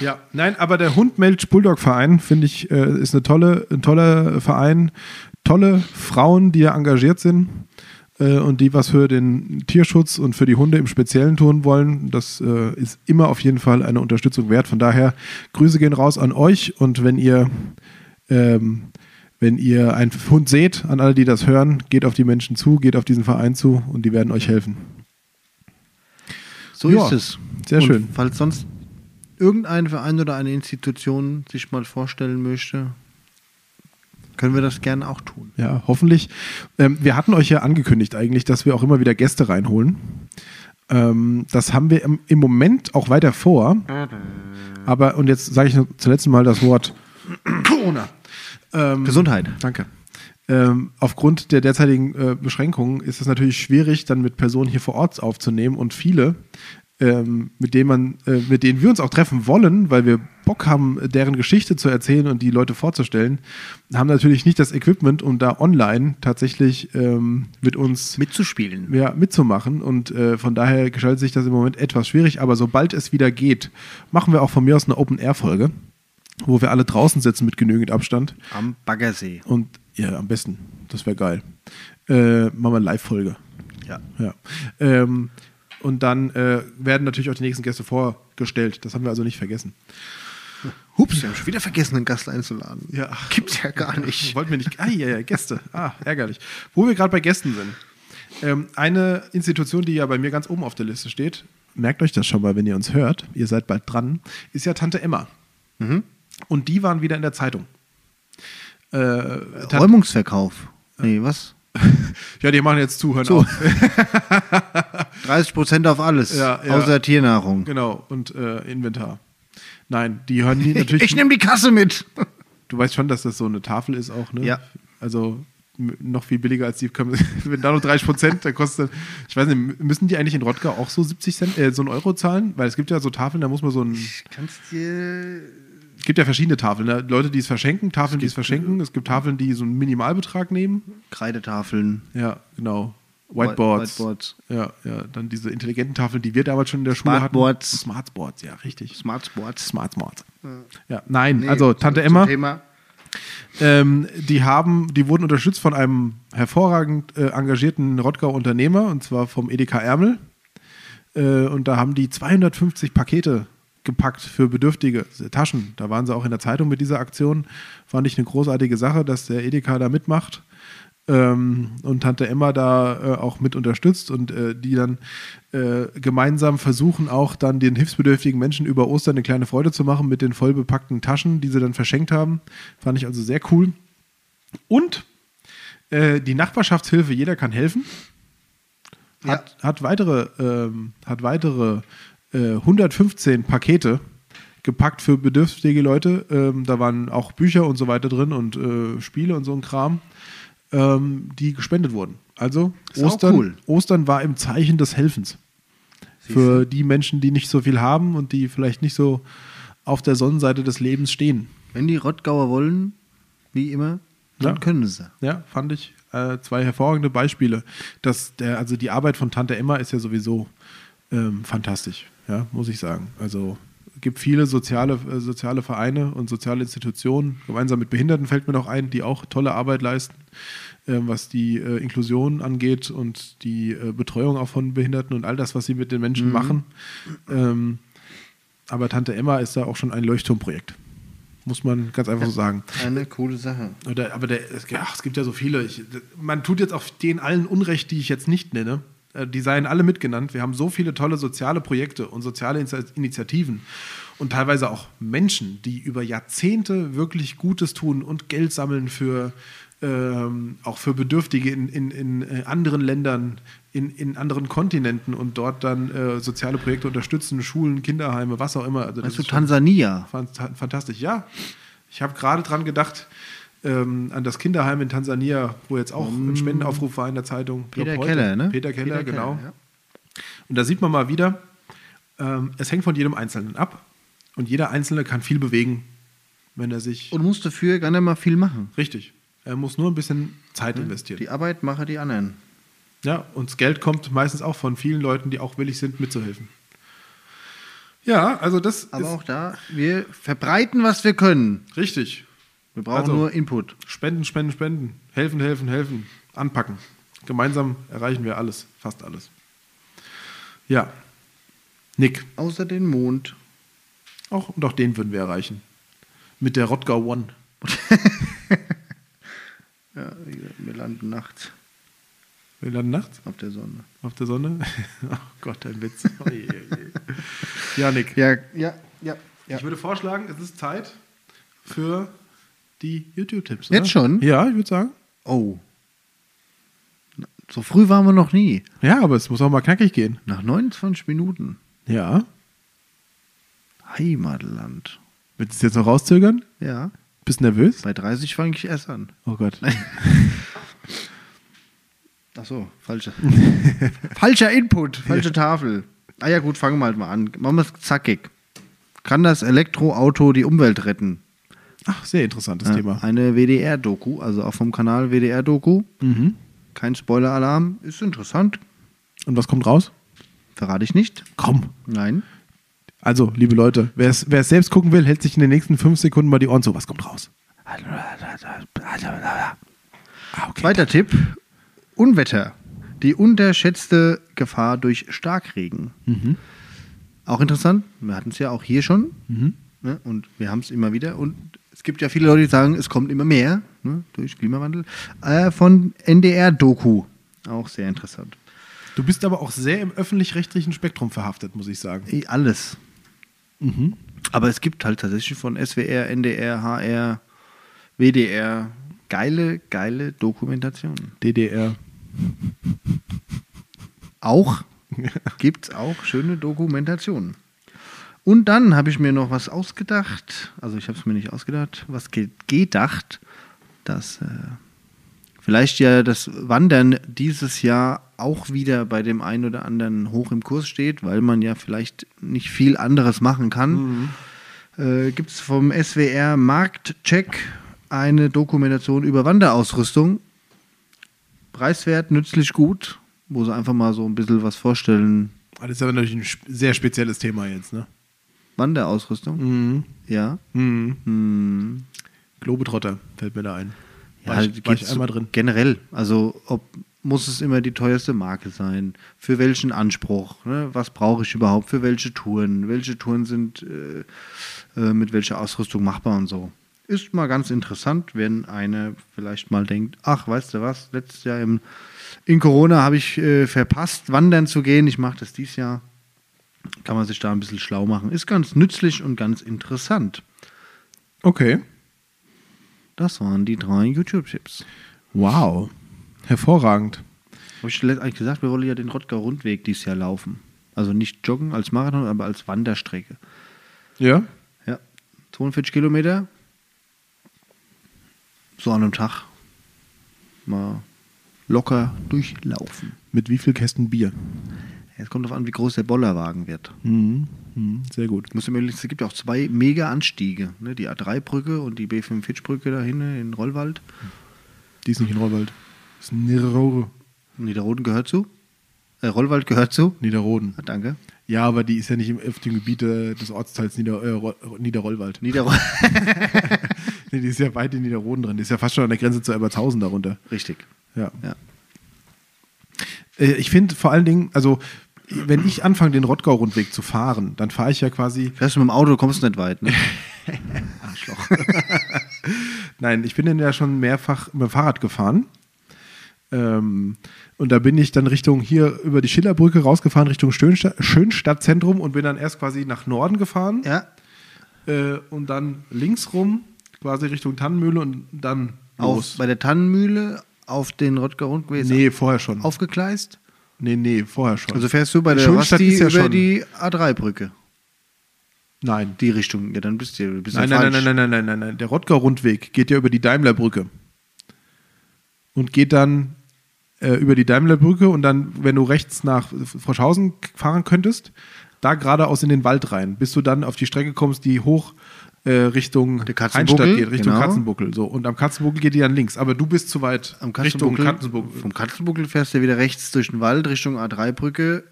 [SPEAKER 2] Ja, nein, aber der Hund-Melch Bulldog Verein, finde ich, äh, ist eine tolle, ein toller Verein. Tolle Frauen, die da engagiert sind äh, und die was für den Tierschutz und für die Hunde im Speziellen tun wollen. Das äh, ist immer auf jeden Fall eine Unterstützung wert. Von daher, Grüße gehen raus an euch und wenn ihr, ähm, wenn ihr einen Hund seht, an alle, die das hören, geht auf die Menschen zu, geht auf diesen Verein zu und die werden euch helfen.
[SPEAKER 1] So
[SPEAKER 2] Ja,
[SPEAKER 1] ist es.
[SPEAKER 2] sehr
[SPEAKER 1] Und
[SPEAKER 2] schön.
[SPEAKER 1] Falls sonst irgendein Verein oder eine Institution sich mal vorstellen möchte, können wir das gerne auch tun.
[SPEAKER 2] Ja, hoffentlich. Ähm, wir hatten euch ja angekündigt eigentlich, dass wir auch immer wieder Gäste reinholen. Ähm, das haben wir im, im Moment auch weiter vor. Aber, und jetzt sage ich noch zum letzten Mal das Wort Corona. Ähm,
[SPEAKER 1] Gesundheit.
[SPEAKER 2] Danke. Ähm, aufgrund der derzeitigen äh, Beschränkungen ist es natürlich schwierig, dann mit Personen hier vor Ort aufzunehmen und viele, ähm, mit, denen man, äh, mit denen wir uns auch treffen wollen, weil wir Bock haben, deren Geschichte zu erzählen und die Leute vorzustellen, haben natürlich nicht das Equipment, um da online tatsächlich ähm, mit uns
[SPEAKER 1] Mitzuspielen.
[SPEAKER 2] ja, mitzumachen. Und äh, von daher gestaltet sich das im Moment etwas schwierig. Aber sobald es wieder geht, machen wir auch von mir aus eine Open-Air-Folge, wo wir alle draußen sitzen mit genügend Abstand.
[SPEAKER 1] Am Baggersee.
[SPEAKER 2] Und ja, am besten. Das wäre geil. Äh, machen wir eine Live-Folge.
[SPEAKER 1] Ja.
[SPEAKER 2] Ja. Ähm, und dann äh, werden natürlich auch die nächsten Gäste vorgestellt. Das haben wir also nicht vergessen.
[SPEAKER 1] Hups, wir haben schon wieder vergessen, einen Gast einzuladen.
[SPEAKER 2] Ja, ach.
[SPEAKER 1] Gibt's ja gar nicht.
[SPEAKER 2] Wollten wir nicht. Ah, ja, ja, Gäste. Ah, ärgerlich. Wo wir gerade bei Gästen sind. Ähm, eine Institution, die ja bei mir ganz oben auf der Liste steht, merkt euch das schon mal, wenn ihr uns hört, ihr seid bald dran, ist ja Tante Emma. Und die waren wieder in der Zeitung. Äh, Tante-
[SPEAKER 1] Räumungsverkauf. Nee, was?
[SPEAKER 2] ja, die machen jetzt zu, hören
[SPEAKER 1] So.
[SPEAKER 2] auf.
[SPEAKER 1] 30 Prozent auf alles,
[SPEAKER 2] Ja, ja.
[SPEAKER 1] außer Tiernahrung.
[SPEAKER 2] Genau, und äh, Inventar. Nein, die
[SPEAKER 1] [LAUGHS]
[SPEAKER 2] hören die natürlich.
[SPEAKER 1] Ich nehme die Kasse mit.
[SPEAKER 2] du weißt schon, dass das so eine Tafel ist auch, ne?
[SPEAKER 1] Ja.
[SPEAKER 2] Also m- noch viel billiger als die. [LAUGHS] Wenn da noch 30 Prozent, dann kostet. Ich weiß nicht, müssen die eigentlich in Rottgau auch so 70 Cent, äh, so einen Euro zahlen? Weil es gibt ja so Tafeln, da muss man so ein.
[SPEAKER 1] Kannst dir.
[SPEAKER 2] Es gibt ja verschiedene Tafeln. Ne? Leute, die es verschenken, Tafeln, die es
[SPEAKER 1] äh,
[SPEAKER 2] verschenken. Es gibt Tafeln, die so einen Minimalbetrag nehmen.
[SPEAKER 1] Kreidetafeln.
[SPEAKER 2] Ja, genau. Whiteboards.
[SPEAKER 1] Whiteboards.
[SPEAKER 2] Ja, ja. Dann diese intelligenten Tafeln, die wir damals schon in der Schule
[SPEAKER 1] Smartboards.
[SPEAKER 2] hatten. Smartboards, ja, richtig.
[SPEAKER 1] Smartsports.
[SPEAKER 2] Smart Smart. Ja, nein,
[SPEAKER 1] Nee,
[SPEAKER 2] also
[SPEAKER 1] zu-
[SPEAKER 2] Tante
[SPEAKER 1] zum
[SPEAKER 2] Emma,
[SPEAKER 1] Thema.
[SPEAKER 2] ähm, die haben, die wurden unterstützt von einem hervorragend äh, engagierten Rottgau-Unternehmer und zwar vom EDK Ärmel. Äh, und da haben die 250 Pakete gepackt für Bedürftige, Taschen. Da waren sie auch in der Zeitung mit dieser Aktion. Fand ich eine großartige Sache, dass der Edeka da mitmacht ähm, und Tante Emma da äh, auch mit unterstützt und äh, die dann äh, gemeinsam versuchen auch dann den hilfsbedürftigen Menschen über Ostern eine kleine Freude zu machen mit den vollbepackten Taschen, die sie dann verschenkt haben. Fand ich also sehr cool. Und äh, die Nachbarschaftshilfe, jeder kann helfen, hat, hat weitere, ähm, hat weitere äh, 115 Pakete gepackt für bedürftige Leute. Ähm, da waren auch Bücher und so weiter drin und äh, Spiele und so ein Kram, ähm, die gespendet wurden. Also
[SPEAKER 1] Ist auch
[SPEAKER 2] Ostern,
[SPEAKER 1] cool.
[SPEAKER 2] Ostern war im Zeichen des Helfens. Für die Menschen, die nicht so viel haben und die vielleicht nicht so auf der Sonnenseite des Lebens stehen.
[SPEAKER 1] Wenn die Rottgauer wollen, wie immer, dann
[SPEAKER 2] Ja.
[SPEAKER 1] können sie.
[SPEAKER 2] Ja, fand ich äh, zwei hervorragende Beispiele. Das, der, also die Arbeit von Tante Emma ist ja sowieso ähm, fantastisch, ja, muss ich sagen. Also es gibt viele soziale, äh, soziale Vereine und soziale Institutionen, gemeinsam mit Behinderten fällt mir noch ein, die auch tolle Arbeit leisten, ähm, was die äh, Inklusion angeht und die äh, Betreuung auch von Behinderten und all das, was sie mit den Menschen machen. Ähm, aber Tante Emma ist da auch schon ein Leuchtturmprojekt. Muss man ganz einfach so sagen.
[SPEAKER 1] Eine coole Sache.
[SPEAKER 2] Oder, aber der, es, gibt- ach, es gibt ja so viele. Ich, man tut jetzt auch denen allen Unrecht, die ich jetzt nicht nenne. Äh, Die seien alle mitgenannt. Wir haben so viele tolle soziale Projekte und soziale Inza- Initiativen und teilweise auch Menschen, die über Jahrzehnte wirklich Gutes tun und Geld sammeln für ähm, auch für Bedürftige in, in, in äh, anderen Ländern, in, in anderen Kontinenten und dort dann äh, soziale Projekte unterstützen, Schulen, Kinderheime, was auch immer. Also das
[SPEAKER 1] Weißt du,
[SPEAKER 2] ist schon-
[SPEAKER 1] Tansania.
[SPEAKER 2] Fan- Fantastisch, ja. Ich habe gerade dran gedacht, ähm, an das Kinderheim in Tansania, wo jetzt auch ein Spendenaufruf war in der Zeitung. Glaub
[SPEAKER 1] Mm. Peter
[SPEAKER 2] heute.
[SPEAKER 1] Keller, ne?
[SPEAKER 2] Peter Keller, genau.
[SPEAKER 1] ja.
[SPEAKER 2] Und da sieht man mal wieder, ähm, es hängt von jedem Einzelnen ab. Und jeder Einzelne kann viel bewegen, wenn er sich.
[SPEAKER 1] Und muss dafür gar nicht mal viel machen.
[SPEAKER 2] richtig. Er muss nur ein bisschen Zeit investieren.
[SPEAKER 1] Die Arbeit machen die anderen.
[SPEAKER 2] Ja, und das Geld kommt meistens auch von vielen Leuten, die auch willig sind, mitzuhelfen. Ja, also das
[SPEAKER 1] Aber
[SPEAKER 2] ist
[SPEAKER 1] auch da, wir verbreiten, was wir können.
[SPEAKER 2] richtig.
[SPEAKER 1] Wir brauchen
[SPEAKER 2] Also-
[SPEAKER 1] nur Input.
[SPEAKER 2] Spenden, spenden, spenden. Helfen, helfen, helfen. Anpacken. Gemeinsam erreichen wir alles, fast alles. Ja. Nick,
[SPEAKER 1] Außer den Mond.
[SPEAKER 2] auch und auch den würden wir erreichen. Mit der Rottgau One.
[SPEAKER 1] Ja, wir landen nachts
[SPEAKER 2] Wir landen nachts
[SPEAKER 1] auf der Sonne.
[SPEAKER 2] auf der Sonne. [LAUGHS] oh Gott, ein Witz. [LAUGHS] Oh je, je. ja, Nick.
[SPEAKER 1] Ja, ja, ja.
[SPEAKER 2] Ich würde vorschlagen, es ist Zeit für die YouTube-Tipps.
[SPEAKER 1] Jetzt schon?
[SPEAKER 2] Ja, ich würde sagen.
[SPEAKER 1] Oh. Na, So früh waren wir noch nie.
[SPEAKER 2] Ja, aber es muss auch mal knackig gehen.
[SPEAKER 1] Nach 29 Minuten.
[SPEAKER 2] Ja.
[SPEAKER 1] Heimatland.
[SPEAKER 2] Willst du es jetzt noch rauszögern?
[SPEAKER 1] Ja.
[SPEAKER 2] Bist nervös?
[SPEAKER 1] Bei 30 fange ich erst an.
[SPEAKER 2] Oh Gott.
[SPEAKER 1] Ach so,
[SPEAKER 2] [LAUGHS]
[SPEAKER 1] falsche. falscher Input, falsche Tafel. Ah ja, gut, fangen wir halt mal an. Machen wir es zackig. Kann das Elektroauto die Umwelt retten?
[SPEAKER 2] Ach, sehr interessantes
[SPEAKER 1] Ja,
[SPEAKER 2] Thema.
[SPEAKER 1] Eine WDR-Doku, also auch vom Kanal WDR-Doku. Kein Spoiler-Alarm, ist interessant,
[SPEAKER 2] Und was kommt raus?
[SPEAKER 1] verrate ich nicht.
[SPEAKER 2] Komm.
[SPEAKER 1] Nein.
[SPEAKER 2] Also, liebe Leute, wer es wer es selbst gucken will, hält sich in den nächsten fünf Sekunden mal die Ohren zu. Was kommt raus? Ah, okay.
[SPEAKER 1] Zweiter Tipp: Unwetter. Die unterschätzte Gefahr durch Starkregen. Auch interessant, wir hatten es ja auch hier schon ne? und wir haben es immer wieder. Und es gibt ja viele Leute, die sagen, es kommt immer mehr ne? durch Klimawandel. Äh, von NDR-Doku. Auch sehr interessant.
[SPEAKER 2] Du bist aber auch sehr im öffentlich-rechtlichen Spektrum verhaftet, muss ich sagen.
[SPEAKER 1] Eh, Alles. Aber es gibt halt tatsächlich von SWR, NDR, HR, WDR geile, geile Dokumentationen.
[SPEAKER 2] DDR.
[SPEAKER 1] Auch gibt es auch schöne Dokumentationen. Und dann habe ich mir noch was ausgedacht, also ich habe es mir nicht ausgedacht, was ge gedacht, dass äh, vielleicht ja das Wandern dieses Jahr auch wieder bei dem einen oder anderen hoch im Kurs steht, weil man ja vielleicht nicht viel anderes machen kann. äh, gibt es vom SWR Marktcheck eine Dokumentation über Wanderausrüstung. Preiswert, nützlich gut, wo sie einfach mal so ein bisschen was vorstellen.
[SPEAKER 2] Das ist aber natürlich ein sp- sehr spezielles Thema jetzt, ne?
[SPEAKER 1] Wanderausrüstung,
[SPEAKER 2] Mhm.
[SPEAKER 1] ja.
[SPEAKER 2] Mhm.
[SPEAKER 1] Hm.
[SPEAKER 2] Globetrotter fällt mir da ein.
[SPEAKER 1] Ja, halt,
[SPEAKER 2] war ich, war
[SPEAKER 1] geht's
[SPEAKER 2] ich einmal drin.
[SPEAKER 1] Generell, also ob muss es immer die teuerste Marke sein? Für welchen Anspruch? Ne? Was brauche ich überhaupt? Für welche Touren? Welche Touren sind äh, äh, mit welcher Ausrüstung machbar und so? Ist mal ganz interessant, wenn einer vielleicht mal denkt, ach, weißt du was, letztes Jahr im, in Corona habe ich äh, verpasst, wandern zu gehen, ich mache das dieses Jahr. Kann man sich da ein bisschen schlau machen. Ist ganz nützlich und ganz interessant.
[SPEAKER 2] Okay.
[SPEAKER 1] Das waren die drei YouTube-Tipps.
[SPEAKER 2] Wow. Hervorragend.
[SPEAKER 1] Habe ich letzt- eigentlich gesagt, wir wollen ja den Rottgau Rundweg dieses Jahr laufen. Also nicht joggen als Marathon, aber als Wanderstrecke.
[SPEAKER 2] Ja?
[SPEAKER 1] Ja, 42 Kilometer. So an einem Tag mal locker durchlaufen.
[SPEAKER 2] Mit wie viel Kästen Bier?
[SPEAKER 1] Jetzt kommt darauf an, wie groß der Bollerwagen wird.
[SPEAKER 2] Mhm. Mhm. Sehr gut.
[SPEAKER 1] Muss im Übrigen- Es gibt ja auch zwei mega Anstiege. Ne? Die A3-Brücke und die B45-Brücke da hinten in Rollwald.
[SPEAKER 2] Die ist nicht in Rollwald. Das ist Niederrohre.
[SPEAKER 1] Niederroden gehört zu. Äh, Rollwald gehört zu.
[SPEAKER 2] Niederroden.
[SPEAKER 1] Ah, danke.
[SPEAKER 2] Ja, aber die ist ja nicht im, auf dem Gebiet äh, des Ortsteils Nieder, äh, Ro- Niederrollwald. [LAUGHS]
[SPEAKER 1] Niederroden.
[SPEAKER 2] Nee, die ist ja weit in Niederroden drin. Die ist ja fast schon an der Grenze zu Elbertshausen darunter.
[SPEAKER 1] Richtig.
[SPEAKER 2] Ja.
[SPEAKER 1] Ja.
[SPEAKER 2] Äh, Ich finde vor allen Dingen, also wenn ich anfange, den Rottgau-Rundweg zu fahren, dann fahre ich ja quasi
[SPEAKER 1] Fährst du mit dem Auto, kommst nicht weit.
[SPEAKER 2] [LAUGHS]
[SPEAKER 1] Ne? Arschloch.
[SPEAKER 2] Nein, ich bin dann ja schon mehrfach mit dem Fahrrad gefahren. Ähm, und da bin ich dann Richtung hier über die Schillerbrücke rausgefahren, Richtung Schönsta Schönstadtzentrum und bin dann erst quasi nach Norden gefahren
[SPEAKER 1] Ja,
[SPEAKER 2] äh, und dann links rum, quasi Richtung Tannenmühle und dann
[SPEAKER 1] auf,
[SPEAKER 2] los.
[SPEAKER 1] bei der Tannenmühle auf den Rottger Rundweg
[SPEAKER 2] Nee, vorher schon.
[SPEAKER 1] aufgegleist.
[SPEAKER 2] nee, nee, vorher schon.
[SPEAKER 1] Also fährst du bei der
[SPEAKER 2] Schönstadt
[SPEAKER 1] Rasti
[SPEAKER 2] ist ja
[SPEAKER 1] über
[SPEAKER 2] schon-
[SPEAKER 1] die A3-Brücke.
[SPEAKER 2] nein.
[SPEAKER 1] Die Richtung. Ja, dann bist du bist
[SPEAKER 2] Nein,
[SPEAKER 1] ja
[SPEAKER 2] nein,
[SPEAKER 1] falsch.
[SPEAKER 2] nein, nein, nein, nein, nein, nein. Der Rottgau-Rundweg geht ja über die Daimlerbrücke. Und geht dann äh, über die Daimlerbrücke und dann, wenn du rechts nach Froschhausen k- fahren könntest, da geradeaus in den Wald rein, bis du dann auf die Strecke kommst, die hoch äh, Richtung
[SPEAKER 1] Der Katzenbuckel,
[SPEAKER 2] Heinstadt geht, Richtung
[SPEAKER 1] genau.
[SPEAKER 2] Katzenbuckel. So. Und am Katzenbuckel geht die dann links. Aber du bist zu weit
[SPEAKER 1] Am
[SPEAKER 2] Richtung
[SPEAKER 1] Katzenbuckel,
[SPEAKER 2] Katzenbuckel.
[SPEAKER 1] Vom Katzenbuckel fährst du wieder rechts durch den Wald Richtung A3-Brücke.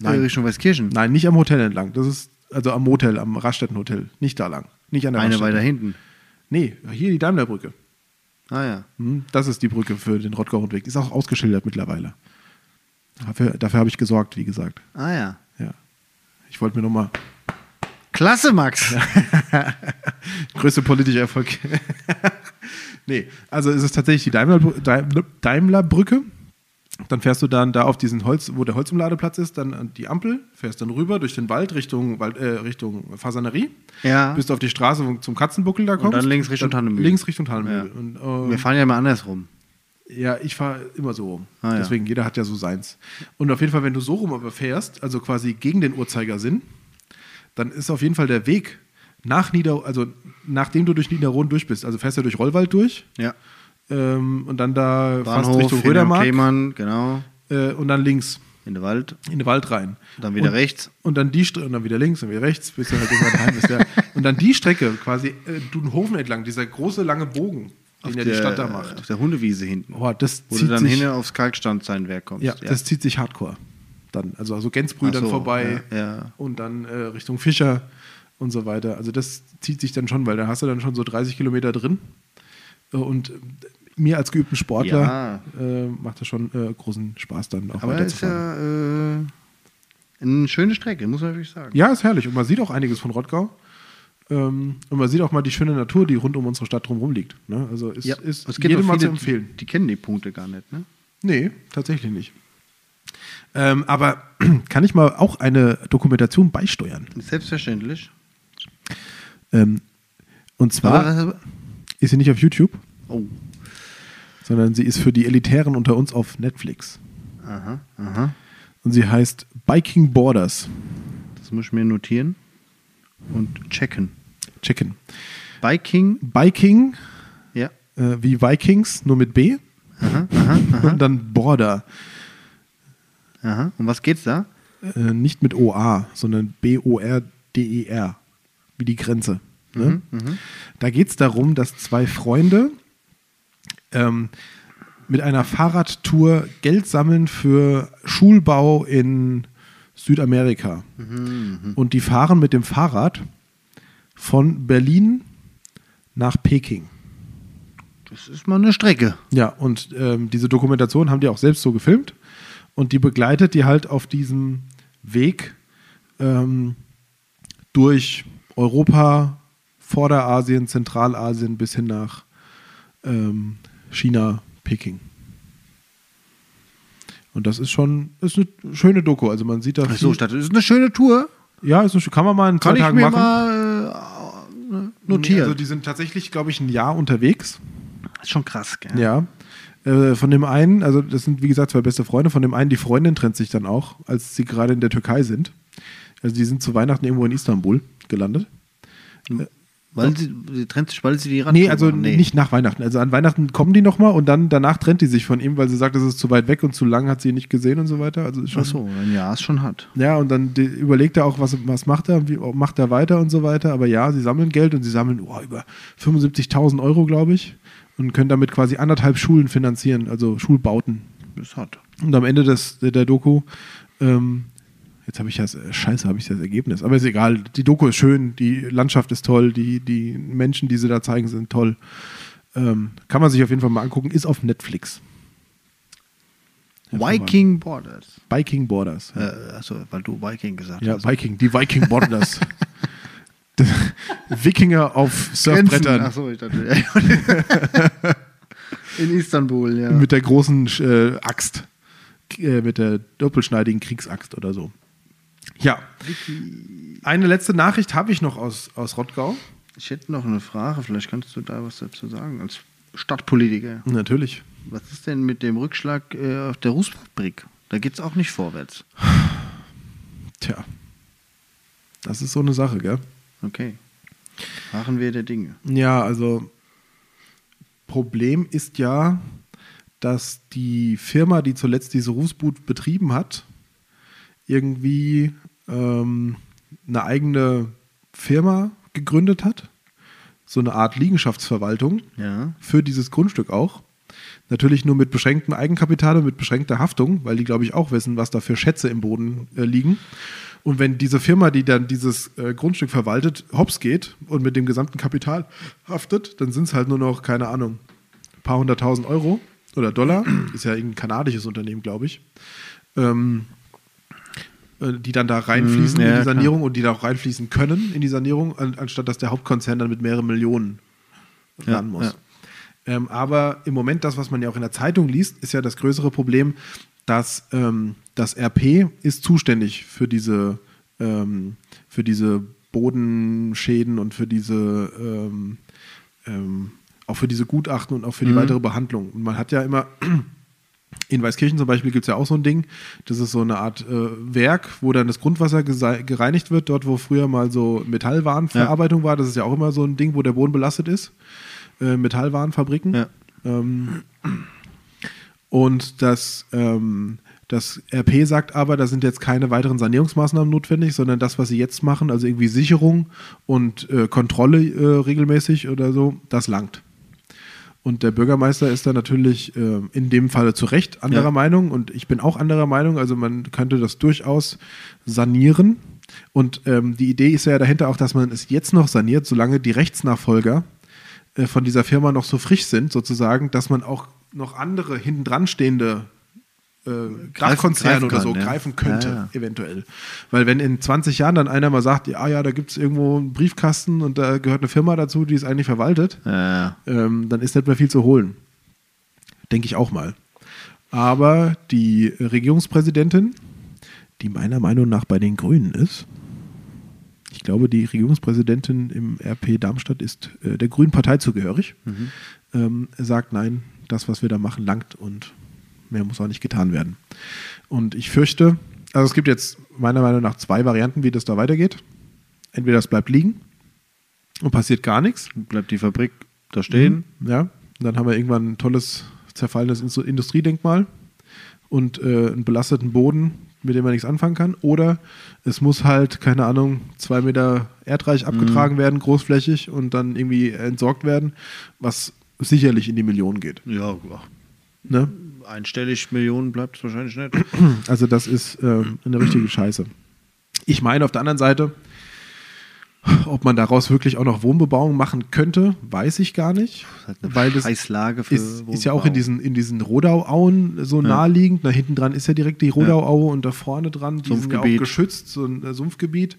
[SPEAKER 2] Nein.
[SPEAKER 1] Äh, Richtung Westkirchen.
[SPEAKER 2] Nein, nicht am Hotel entlang. Das ist also am Hotel, am Raststättenhotel. Nicht da lang. Nicht an der
[SPEAKER 1] Eine
[SPEAKER 2] Raststätte.
[SPEAKER 1] weiter hinten.
[SPEAKER 2] Nee, hier die Daimlerbrücke.
[SPEAKER 1] Ah ja.
[SPEAKER 2] Hm, Das ist die Brücke für den Rottgau-Rundweg. Ist auch ausgeschildert mittlerweile. Dafür, dafür habe ich gesorgt, wie gesagt.
[SPEAKER 1] Ah ja.
[SPEAKER 2] Ja. Ich wollte mir nochmal.
[SPEAKER 1] Klasse, Max.
[SPEAKER 2] Größter politischer Erfolg. [LAUGHS] nee, also ist es tatsächlich die Daimler- Daim- Daimler-Brücke. Dann fährst du dann da auf diesen Holz, wo der Holzumladeplatz ist, dann an die Ampel, fährst dann rüber durch den Wald Richtung, Wald, äh, Richtung Fasanerie.
[SPEAKER 1] Ja.
[SPEAKER 2] Bist auf die Straße wo- zum Katzenbuckel da kommst.
[SPEAKER 1] dann links Richtung Tannemühl.
[SPEAKER 2] Links Richtung Tannenmühl.
[SPEAKER 1] Ja.
[SPEAKER 2] Und, äh,
[SPEAKER 1] Wir fahren ja immer andersrum.
[SPEAKER 2] Ja, ich fahre immer so rum.
[SPEAKER 1] Ah, ja.
[SPEAKER 2] Deswegen, jeder hat ja so seins. Und auf jeden Fall, wenn du so rum aber fährst, also quasi gegen den Uhrzeigersinn, dann ist auf jeden Fall der Weg nach Nieder, also nachdem du durch Niederrohn durch bist, also fährst du durch Rollwald durch
[SPEAKER 1] Ja.
[SPEAKER 2] ähm, und dann da
[SPEAKER 1] Bahnhof,
[SPEAKER 2] fast Richtung
[SPEAKER 1] in den
[SPEAKER 2] Rödermark
[SPEAKER 1] Klemann, genau.
[SPEAKER 2] äh, und dann links
[SPEAKER 1] In den Wald.
[SPEAKER 2] in den Wald rein.
[SPEAKER 1] Dann wieder
[SPEAKER 2] und,
[SPEAKER 1] rechts.
[SPEAKER 2] Und dann die Strecke, und dann wieder links und wieder rechts, bis du halt irgendwann daheim
[SPEAKER 1] [LAUGHS]
[SPEAKER 2] bist. Ja. Und dann die Strecke quasi äh, Dudenhofen entlang, dieser große lange Bogen, den ja die Stadt da macht.
[SPEAKER 1] Auf der Hundewiese hinten.
[SPEAKER 2] Boah, das
[SPEAKER 1] Wo
[SPEAKER 2] zieht
[SPEAKER 1] du dann
[SPEAKER 2] sich
[SPEAKER 1] hin aufs Kalkstandsteinwerk kommst.
[SPEAKER 2] Ja, das zieht sich hardcore. Dann, also, also Gänzbrüdern
[SPEAKER 1] Ach so,
[SPEAKER 2] vorbei
[SPEAKER 1] ja, ja.
[SPEAKER 2] und dann äh, Richtung Fischer und so weiter. Also das zieht sich dann schon, weil da hast du dann schon so 30 Kilometer drin. Äh, Und äh, mir als geübten Sportler äh, macht das schon äh, großen Spaß dann auch
[SPEAKER 1] Aber ist
[SPEAKER 2] weiterzufahren.
[SPEAKER 1] ja äh, eine schöne Strecke, muss man wirklich sagen.
[SPEAKER 2] Ja, ist herrlich. Und man sieht auch einiges von Rottgau. Ähm, und man sieht auch mal die schöne Natur, die rund um unsere Stadt drumherum liegt. Ne? Also ist, ist
[SPEAKER 1] auch
[SPEAKER 2] jedem mal zu
[SPEAKER 1] viele,
[SPEAKER 2] empfehlen.
[SPEAKER 1] Die, die kennen die Punkte gar nicht, ne?
[SPEAKER 2] Nee, tatsächlich nicht. Ähm, aber [CLEARS THROAT] kann ich mal auch eine Dokumentation beisteuern?
[SPEAKER 1] Selbstverständlich.
[SPEAKER 2] Ähm, und zwar
[SPEAKER 1] Aber,
[SPEAKER 2] ist sie nicht auf YouTube,
[SPEAKER 1] oh,
[SPEAKER 2] sondern sie ist für die Elitären unter uns auf Netflix.
[SPEAKER 1] aha, aha.
[SPEAKER 2] Und sie heißt Biking Borders.
[SPEAKER 1] Das muss ich mir notieren und checken.
[SPEAKER 2] Chicken.
[SPEAKER 1] Biking,
[SPEAKER 2] Biking,
[SPEAKER 1] ja.
[SPEAKER 2] äh, wie Vikings, nur mit B.
[SPEAKER 1] Aha, aha,
[SPEAKER 2] Und dann Border.
[SPEAKER 1] aha. Um was geht's da?
[SPEAKER 2] Äh, nicht mit OA, sondern B-O-R-D-E-R. E Wie die Grenze. Ne? Da geht es darum, dass zwei Freunde ähm, mit einer Fahrradtour Geld sammeln für Schulbau in Südamerika. Und die fahren mit dem Fahrrad von Berlin nach Peking.
[SPEAKER 1] Das ist mal eine Strecke.
[SPEAKER 2] Ja, und ähm, diese Dokumentation haben die auch selbst so gefilmt und die begleitet die halt auf diesem Weg ähm, durch Europa, Vorderasien, Zentralasien bis hin nach ähm, China, Peking. Und das ist schon ist eine schöne Doku. Also man sieht da.
[SPEAKER 1] Ach
[SPEAKER 2] viel-
[SPEAKER 1] so, das ist eine schöne Tour.
[SPEAKER 2] ja, ist eine, schö- kann man mal in zwei
[SPEAKER 1] Kann ich
[SPEAKER 2] Tagen
[SPEAKER 1] mir
[SPEAKER 2] machen.
[SPEAKER 1] mal äh,
[SPEAKER 2] Nee,
[SPEAKER 1] notieren.
[SPEAKER 2] also die sind tatsächlich, glaube ich, ein Jahr unterwegs.
[SPEAKER 1] das ist schon krass, gell?
[SPEAKER 2] Ja. Äh, Von dem einen, also das sind wie gesagt zwei beste Freunde, von dem einen, die Freundin trennt sich dann auch, als sie gerade in der Türkei sind. Also die sind zu Weihnachten irgendwo in Istanbul gelandet.
[SPEAKER 1] Weil sie, sie trennt sich, weil sie die
[SPEAKER 2] Nee,
[SPEAKER 1] Radtour
[SPEAKER 2] also
[SPEAKER 1] machen.
[SPEAKER 2] nicht nach Weihnachten. Also an Weihnachten kommen die nochmal und dann danach trennt die sich von ihm, weil sie sagt, das ist zu weit weg und zu lang, hat sie ihn nicht gesehen und so weiter. Also ist schon,
[SPEAKER 1] Ach so, ein Jahr ist schon hart.
[SPEAKER 2] Ja, und dann die, überlegt er auch, was, was macht er, wie macht er weiter und so weiter. Aber ja, sie sammeln Geld und sie sammeln oh, über 75.000 Euro, glaube ich, und können damit quasi anderthalb Schulen finanzieren, also Schulbauten.
[SPEAKER 1] Ist hart.
[SPEAKER 2] Und am Ende des, der, der Doku, ähm, jetzt habe ich das, äh, scheiße, habe ich das Ergebnis, aber ist egal, die Doku ist schön, die Landschaft ist toll, die, die Menschen, die sie da zeigen, sind toll. Ähm, kann man sich auf jeden Fall mal angucken, ist auf Netflix.
[SPEAKER 1] Viking Borders.
[SPEAKER 2] Viking Borders.
[SPEAKER 1] Äh, also, weil du Viking gesagt
[SPEAKER 2] Ja,
[SPEAKER 1] hast.
[SPEAKER 2] Viking, die
[SPEAKER 1] [LAUGHS]
[SPEAKER 2] Viking Borders. Das- Wikinger auf
[SPEAKER 1] Grenzen. Ach
[SPEAKER 2] Surfbrettern
[SPEAKER 1] so, ich dachte. In Istanbul, ja.
[SPEAKER 2] mit der großen äh, Axt, K- äh, mit der doppelschneidigen Kriegsaxt oder so. Ja. Eine letzte Nachricht habe ich noch aus, aus Rottgau.
[SPEAKER 1] ich hätte noch eine Frage, vielleicht kannst du da was dazu sagen, als Stadtpolitiker.
[SPEAKER 2] Natürlich.
[SPEAKER 1] Was ist denn mit dem Rückschlag äh, auf der Rußfabrik? Da geht es auch nicht vorwärts.
[SPEAKER 2] Tja. Das ist so eine Sache, gell?
[SPEAKER 1] Okay. Machen wir der Dinge.
[SPEAKER 2] Ja, also Problem ist ja, dass die Firma, die zuletzt diese Rußboot betrieben hat, irgendwie ähm, eine eigene Firma gegründet hat. So eine Art Liegenschaftsverwaltung
[SPEAKER 1] Ja.
[SPEAKER 2] für dieses Grundstück auch. Natürlich nur mit beschränktem Eigenkapital und mit beschränkter Haftung, weil die, glaube ich, auch wissen, was da für Schätze im Boden äh, liegen. Und wenn diese Firma, die dann dieses äh, Grundstück verwaltet, hops geht und mit dem gesamten Kapital haftet, dann sind es halt nur noch, keine Ahnung, ein paar hunderttausend Euro oder Dollar. Ist ja irgendein kanadisches Unternehmen, glaube ich. Ähm, äh, die dann da reinfließen
[SPEAKER 1] Mm,
[SPEAKER 2] in
[SPEAKER 1] ja,
[SPEAKER 2] die
[SPEAKER 1] klar.
[SPEAKER 2] Sanierung und die da auch reinfließen können in die Sanierung, an, anstatt dass der Hauptkonzern dann mit mehreren Millionen
[SPEAKER 1] Ja,
[SPEAKER 2] ran muss.
[SPEAKER 1] ja.
[SPEAKER 2] Ähm, aber im Moment, das, was man ja auch in der Zeitung liest, ist ja das größere Problem, dass ähm, das RP ist zuständig für diese, ähm, für diese Bodenschäden und für diese ähm, ähm, auch für diese Gutachten und auch für die weitere Behandlung. Und man hat ja immer [CLEARS THROAT] in Weißkirchen zum Beispiel gibt es ja auch so ein Ding. Das ist so eine Art äh, Werk, wo dann das Grundwasser gesei- gereinigt wird. Dort, wo früher mal so Metallwarenverarbeitung war, das ist ja auch immer so ein Ding, wo der Boden belastet ist. Äh, Metallwarenfabriken.
[SPEAKER 1] Ja.
[SPEAKER 2] Ähm, und das, ähm, das RP sagt aber, da sind jetzt keine weiteren Sanierungsmaßnahmen notwendig, sondern das, was sie jetzt machen, also irgendwie Sicherung und äh, Kontrolle äh, regelmäßig oder so, das langt. Und der Bürgermeister ist da natürlich äh, in dem Falle zu Recht anderer
[SPEAKER 1] Ja.
[SPEAKER 2] Meinung und ich bin auch anderer Meinung. Also man könnte das durchaus sanieren. Und ähm, die Idee ist ja dahinter auch, dass man es jetzt noch saniert, solange die Rechtsnachfolger äh, von dieser Firma noch so frisch sind, sozusagen, dass man auch noch andere hinten dran stehende äh,
[SPEAKER 1] greifen
[SPEAKER 2] Dachkonzerne oder so
[SPEAKER 1] kann, ja.
[SPEAKER 2] greifen könnte,
[SPEAKER 1] Ja, ja.
[SPEAKER 2] eventuell. Weil wenn in 20 Jahren dann einer mal sagt, ja, ja, da gibt es irgendwo einen Briefkasten und da gehört eine Firma dazu, die es eigentlich verwaltet,
[SPEAKER 1] Äh,
[SPEAKER 2] ähm, dann ist nicht mehr viel zu holen. Denke ich auch mal. Aber die Regierungspräsidentin, die meiner Meinung nach bei den Grünen ist, ich glaube, die Regierungspräsidentin im RP Darmstadt ist äh, der Grünen Partei zugehörig, ähm, sagt nein, das, was wir da machen, langt und mehr muss auch nicht getan werden. Und ich fürchte, also es gibt jetzt meiner Meinung nach zwei Varianten, wie das da weitergeht. Entweder es bleibt liegen und passiert gar nichts,
[SPEAKER 1] bleibt die Fabrik da stehen.
[SPEAKER 2] Mhm. ja, und dann haben wir irgendwann ein tolles, zerfallenes Inst- Industriedenkmal und äh, einen belasteten Boden, mit dem man nichts anfangen kann. Oder es muss halt, keine Ahnung, zwei Meter Erdreich abgetragen werden, großflächig und dann irgendwie entsorgt werden, was sicherlich in die Millionen geht.
[SPEAKER 1] Mhm. Ja, ach,
[SPEAKER 2] Ne?
[SPEAKER 1] einstellig Millionen bleibt es wahrscheinlich nicht.
[SPEAKER 2] [CLEARS THROAT] äh,
[SPEAKER 1] [CLEARS THROAT]
[SPEAKER 2] Also das ist ähm, eine richtige Scheiße. Ich meine, auf der anderen Seite, Ob man daraus wirklich auch noch Wohnbebauung machen könnte, weiß ich gar nicht.
[SPEAKER 1] Halt eine
[SPEAKER 2] Weil das
[SPEAKER 1] Scheißlage für
[SPEAKER 2] ist, ist ja auch in
[SPEAKER 1] Wohnbau.
[SPEAKER 2] diesen, in diesen Rodauauen so naheliegend. Da hinten dran ist ja direkt die Rodauaue und da vorne dran, die sind ja auch
[SPEAKER 1] Sumpfgebiet.
[SPEAKER 2] geschützt, so ein äh, Sumpfgebiet.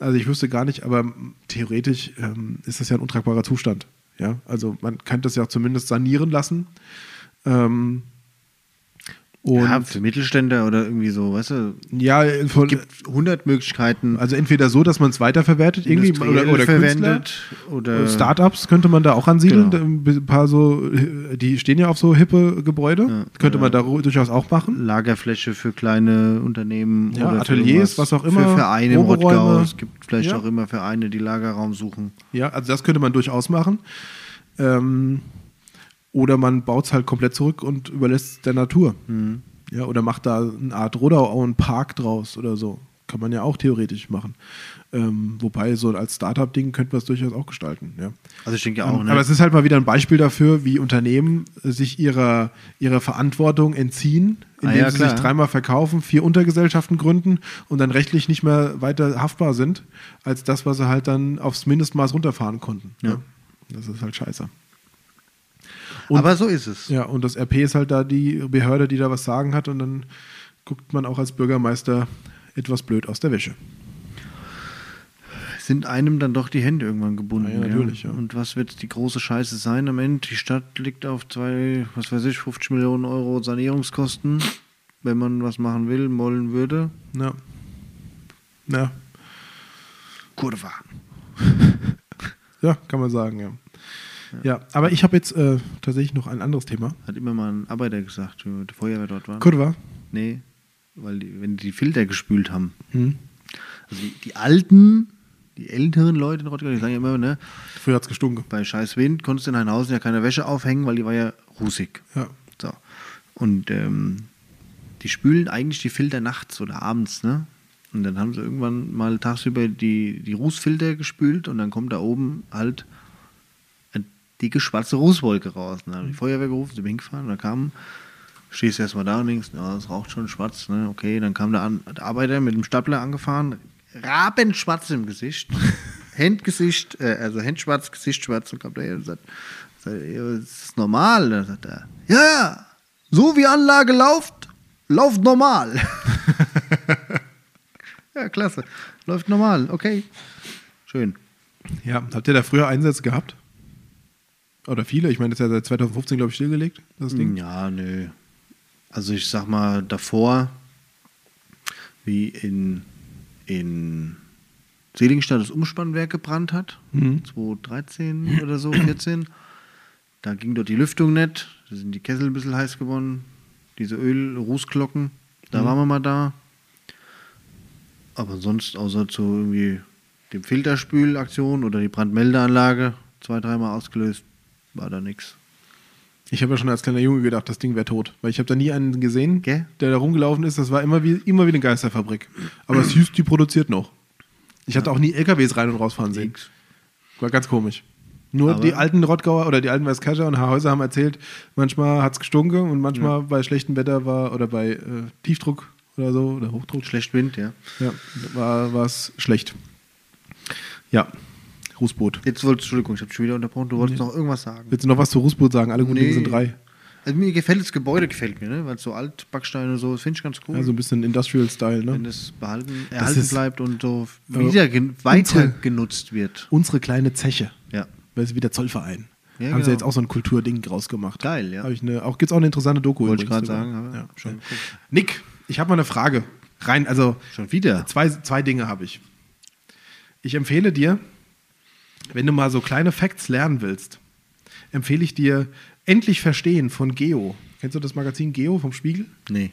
[SPEAKER 2] Also ich wüsste gar nicht, aber mm, theoretisch ähm, ist das ja ein untragbarer Zustand. Ja, also man könnte das ja auch zumindest sanieren lassen. Ähm, und
[SPEAKER 1] ja, für Mittelständler oder irgendwie so, weißt du,
[SPEAKER 2] ja, von,
[SPEAKER 1] gibt 100 Möglichkeiten.
[SPEAKER 2] also entweder so, dass man es weiterverwertet irgendwie
[SPEAKER 1] Industriell
[SPEAKER 2] oder, oder Künstler.
[SPEAKER 1] oder
[SPEAKER 2] Startups könnte man da auch ansiedeln.
[SPEAKER 1] Genau.
[SPEAKER 2] Ein bisschen- paar so, äh, die stehen ja auf so hippe Gebäude. könnte man da ru- durchaus auch machen.
[SPEAKER 1] Lagerfläche für kleine Unternehmen
[SPEAKER 2] Ja,
[SPEAKER 1] oder für
[SPEAKER 2] Ateliers,
[SPEAKER 1] irgendwas.
[SPEAKER 2] was auch immer,
[SPEAKER 1] Für Vereine im
[SPEAKER 2] Proberäume.
[SPEAKER 1] Rottgau. Es gibt vielleicht
[SPEAKER 2] Ja.
[SPEAKER 1] auch immer Vereine, die Lagerraum suchen.
[SPEAKER 2] Ja, also das könnte man durchaus machen. Ähm, oder man baut es halt komplett zurück und überlässt es der Natur.
[SPEAKER 1] Mhm.
[SPEAKER 2] Ja, oder macht da eine Art Rodau auch einen Park draus oder so. Kann man ja auch theoretisch machen. Ähm, wobei, so als Startup-Ding könnte man es durchaus auch gestalten. Ja.
[SPEAKER 1] Also ich denke auch,
[SPEAKER 2] Ähm,
[SPEAKER 1] ne?
[SPEAKER 2] Aber es ist halt mal wieder ein Beispiel dafür, wie Unternehmen äh, sich ihrer, ihrer Verantwortung entziehen,
[SPEAKER 1] Ah,
[SPEAKER 2] indem
[SPEAKER 1] ja,
[SPEAKER 2] sie
[SPEAKER 1] klar.
[SPEAKER 2] sich dreimal verkaufen, vier Untergesellschaften gründen und dann rechtlich nicht mehr weiter haftbar sind, als das, was sie halt dann aufs Mindestmaß runterfahren konnten.
[SPEAKER 1] Ja.
[SPEAKER 2] ne? Das ist halt scheiße. und-
[SPEAKER 1] Aber so ist es.
[SPEAKER 2] Ja, und das RP ist halt da die Behörde, die da was sagen hat und dann guckt man auch als Bürgermeister etwas blöd aus der Wäsche.
[SPEAKER 1] Sind einem dann doch die Hände irgendwann gebunden.
[SPEAKER 2] Ah ja, natürlich, ja.
[SPEAKER 1] Und was wird die große Scheiße sein am Ende? Die Stadt liegt auf zwei, was weiß ich, 50 Millionen Euro Sanierungskosten, wenn man was machen will, mollen würde.
[SPEAKER 2] Ja. Ja,
[SPEAKER 1] Kurva.
[SPEAKER 2] [LAUGHS] ja kann man sagen, ja. Ja, aber ich habe jetzt äh, tatsächlich noch ein anderes Thema.
[SPEAKER 1] Hat immer mal ein Arbeiter gesagt, wenn die Feuerwehr dort war.
[SPEAKER 2] Kurva.
[SPEAKER 1] Nee, weil die, wenn die Filter gespült haben.
[SPEAKER 2] Hm.
[SPEAKER 1] Also die, die alten, die älteren Leute in Rottgau, die sagen ja immer, ne,
[SPEAKER 2] Früher hat es gestunken.
[SPEAKER 1] bei scheiß Wind konntest du in Heinhausen ja keine Wäsche aufhängen, weil die war ja rußig.
[SPEAKER 2] Ja.
[SPEAKER 1] So. Und ähm, die spülen eigentlich die Filter nachts oder abends, ne? Und dann haben sie irgendwann mal tagsüber die, die Rußfilter gespült und dann kommt da oben halt eine dicke schwarze Rußwolke raus. Und dann haben die Feuerwehr gerufen, sind hingefahren und da kamen, stehst du erstmal da und denkst, ja, das raucht schon schwarz, ne? Okay, dann kam der, An der Arbeiter mit dem Stapler angefahren, rabenschwarz im Gesicht. Händgesicht, äh, also Händschwarz, Gesicht schwarz, und kommt er her und sagt, sagt er, "Ja, das ist normal. Dann sagt er, ja, ja, so wie Anlage läuft, läuft normal. [LAUGHS] ja, klasse. Läuft normal, okay. Schön.
[SPEAKER 2] ja. Habt ihr da früher Einsätze gehabt? Oder viele? Ich meine, das ist ja seit 2015, glaube ich, stillgelegt, das Ding.
[SPEAKER 1] Hm, Ja, nö. Also ich sag mal, davor, wie in, in Seligenstadt das Umspannwerk gebrannt hat, 2013 oder so, 14, da ging dort die Lüftung nicht, da sind die Kessel ein bisschen heiß geworden, diese Öl-Rußglocken, da waren wir mal da. Aber sonst, außer zu irgendwie dem Filterspülaktion oder die Brandmeldeanlage, zwei, dreimal ausgelöst, war da nichts.
[SPEAKER 2] Ich habe ja schon als kleiner Junge gedacht, das Ding wäre tot. Weil ich habe da nie einen gesehen,
[SPEAKER 1] Gell?
[SPEAKER 2] der da rumgelaufen ist. Das war immer wie, immer wie eine Geisterfabrik. Aber es hieß, die produziert noch. Ich hatte auch nie LKWs rein und rausfahren sehen.
[SPEAKER 1] Nix.
[SPEAKER 2] War ganz komisch. Nur
[SPEAKER 1] Aber-
[SPEAKER 2] die alten Rottgauer oder die alten Weißkascher und Haarhäuser haben erzählt, manchmal hat es gestunken und manchmal bei schlechtem Wetter war oder bei äh, Tiefdruck oder so oder Hochdruck.
[SPEAKER 1] Schlecht Wind, ja.
[SPEAKER 2] Ja, war es schlecht. Ja, Rußboot.
[SPEAKER 1] Jetzt wolltest du, Entschuldigung, ich habe schon wieder unterbrochen, du wolltest noch irgendwas sagen.
[SPEAKER 2] Willst du noch was zu Rußboot sagen? Alle guten Dinge sind drei.
[SPEAKER 1] Also mir gefällt das Gebäude, gefällt mir, ne? weil so alt, Backsteine und so, das finde ich ganz cool.
[SPEAKER 2] Also ein bisschen Industrial-Style,
[SPEAKER 1] wenn
[SPEAKER 2] ne?
[SPEAKER 1] es behalten, erhalten
[SPEAKER 2] ist-
[SPEAKER 1] bleibt und so
[SPEAKER 2] Also,
[SPEAKER 1] wieder gen weiter
[SPEAKER 2] unsere-
[SPEAKER 1] genutzt wird.
[SPEAKER 2] Unsere kleine Zeche.
[SPEAKER 1] Ja.
[SPEAKER 2] Weil es wieder Zollverein.
[SPEAKER 1] Ja,
[SPEAKER 2] Haben
[SPEAKER 1] genau.
[SPEAKER 2] sie jetzt auch so ein Kulturding draus gemacht.
[SPEAKER 1] Geil, ja.
[SPEAKER 2] Hab ich eine, auch, gibt's auch eine interessante Doku.
[SPEAKER 1] Wollte ich
[SPEAKER 2] übrigens
[SPEAKER 1] gerade
[SPEAKER 2] drüber.
[SPEAKER 1] sagen, aber
[SPEAKER 2] Ja,
[SPEAKER 1] schon
[SPEAKER 2] schon.
[SPEAKER 1] geguckt.
[SPEAKER 2] Nick, ich habe mal eine Frage. Rein, also
[SPEAKER 1] Schon wieder.
[SPEAKER 2] Zwei, zwei Dinge habe ich. Ich empfehle dir, wenn du mal so kleine Facts lernen willst, empfehle ich dir Endlich Verstehen von Geo. Kennst du das Magazin Geo vom Spiegel?
[SPEAKER 1] Nee.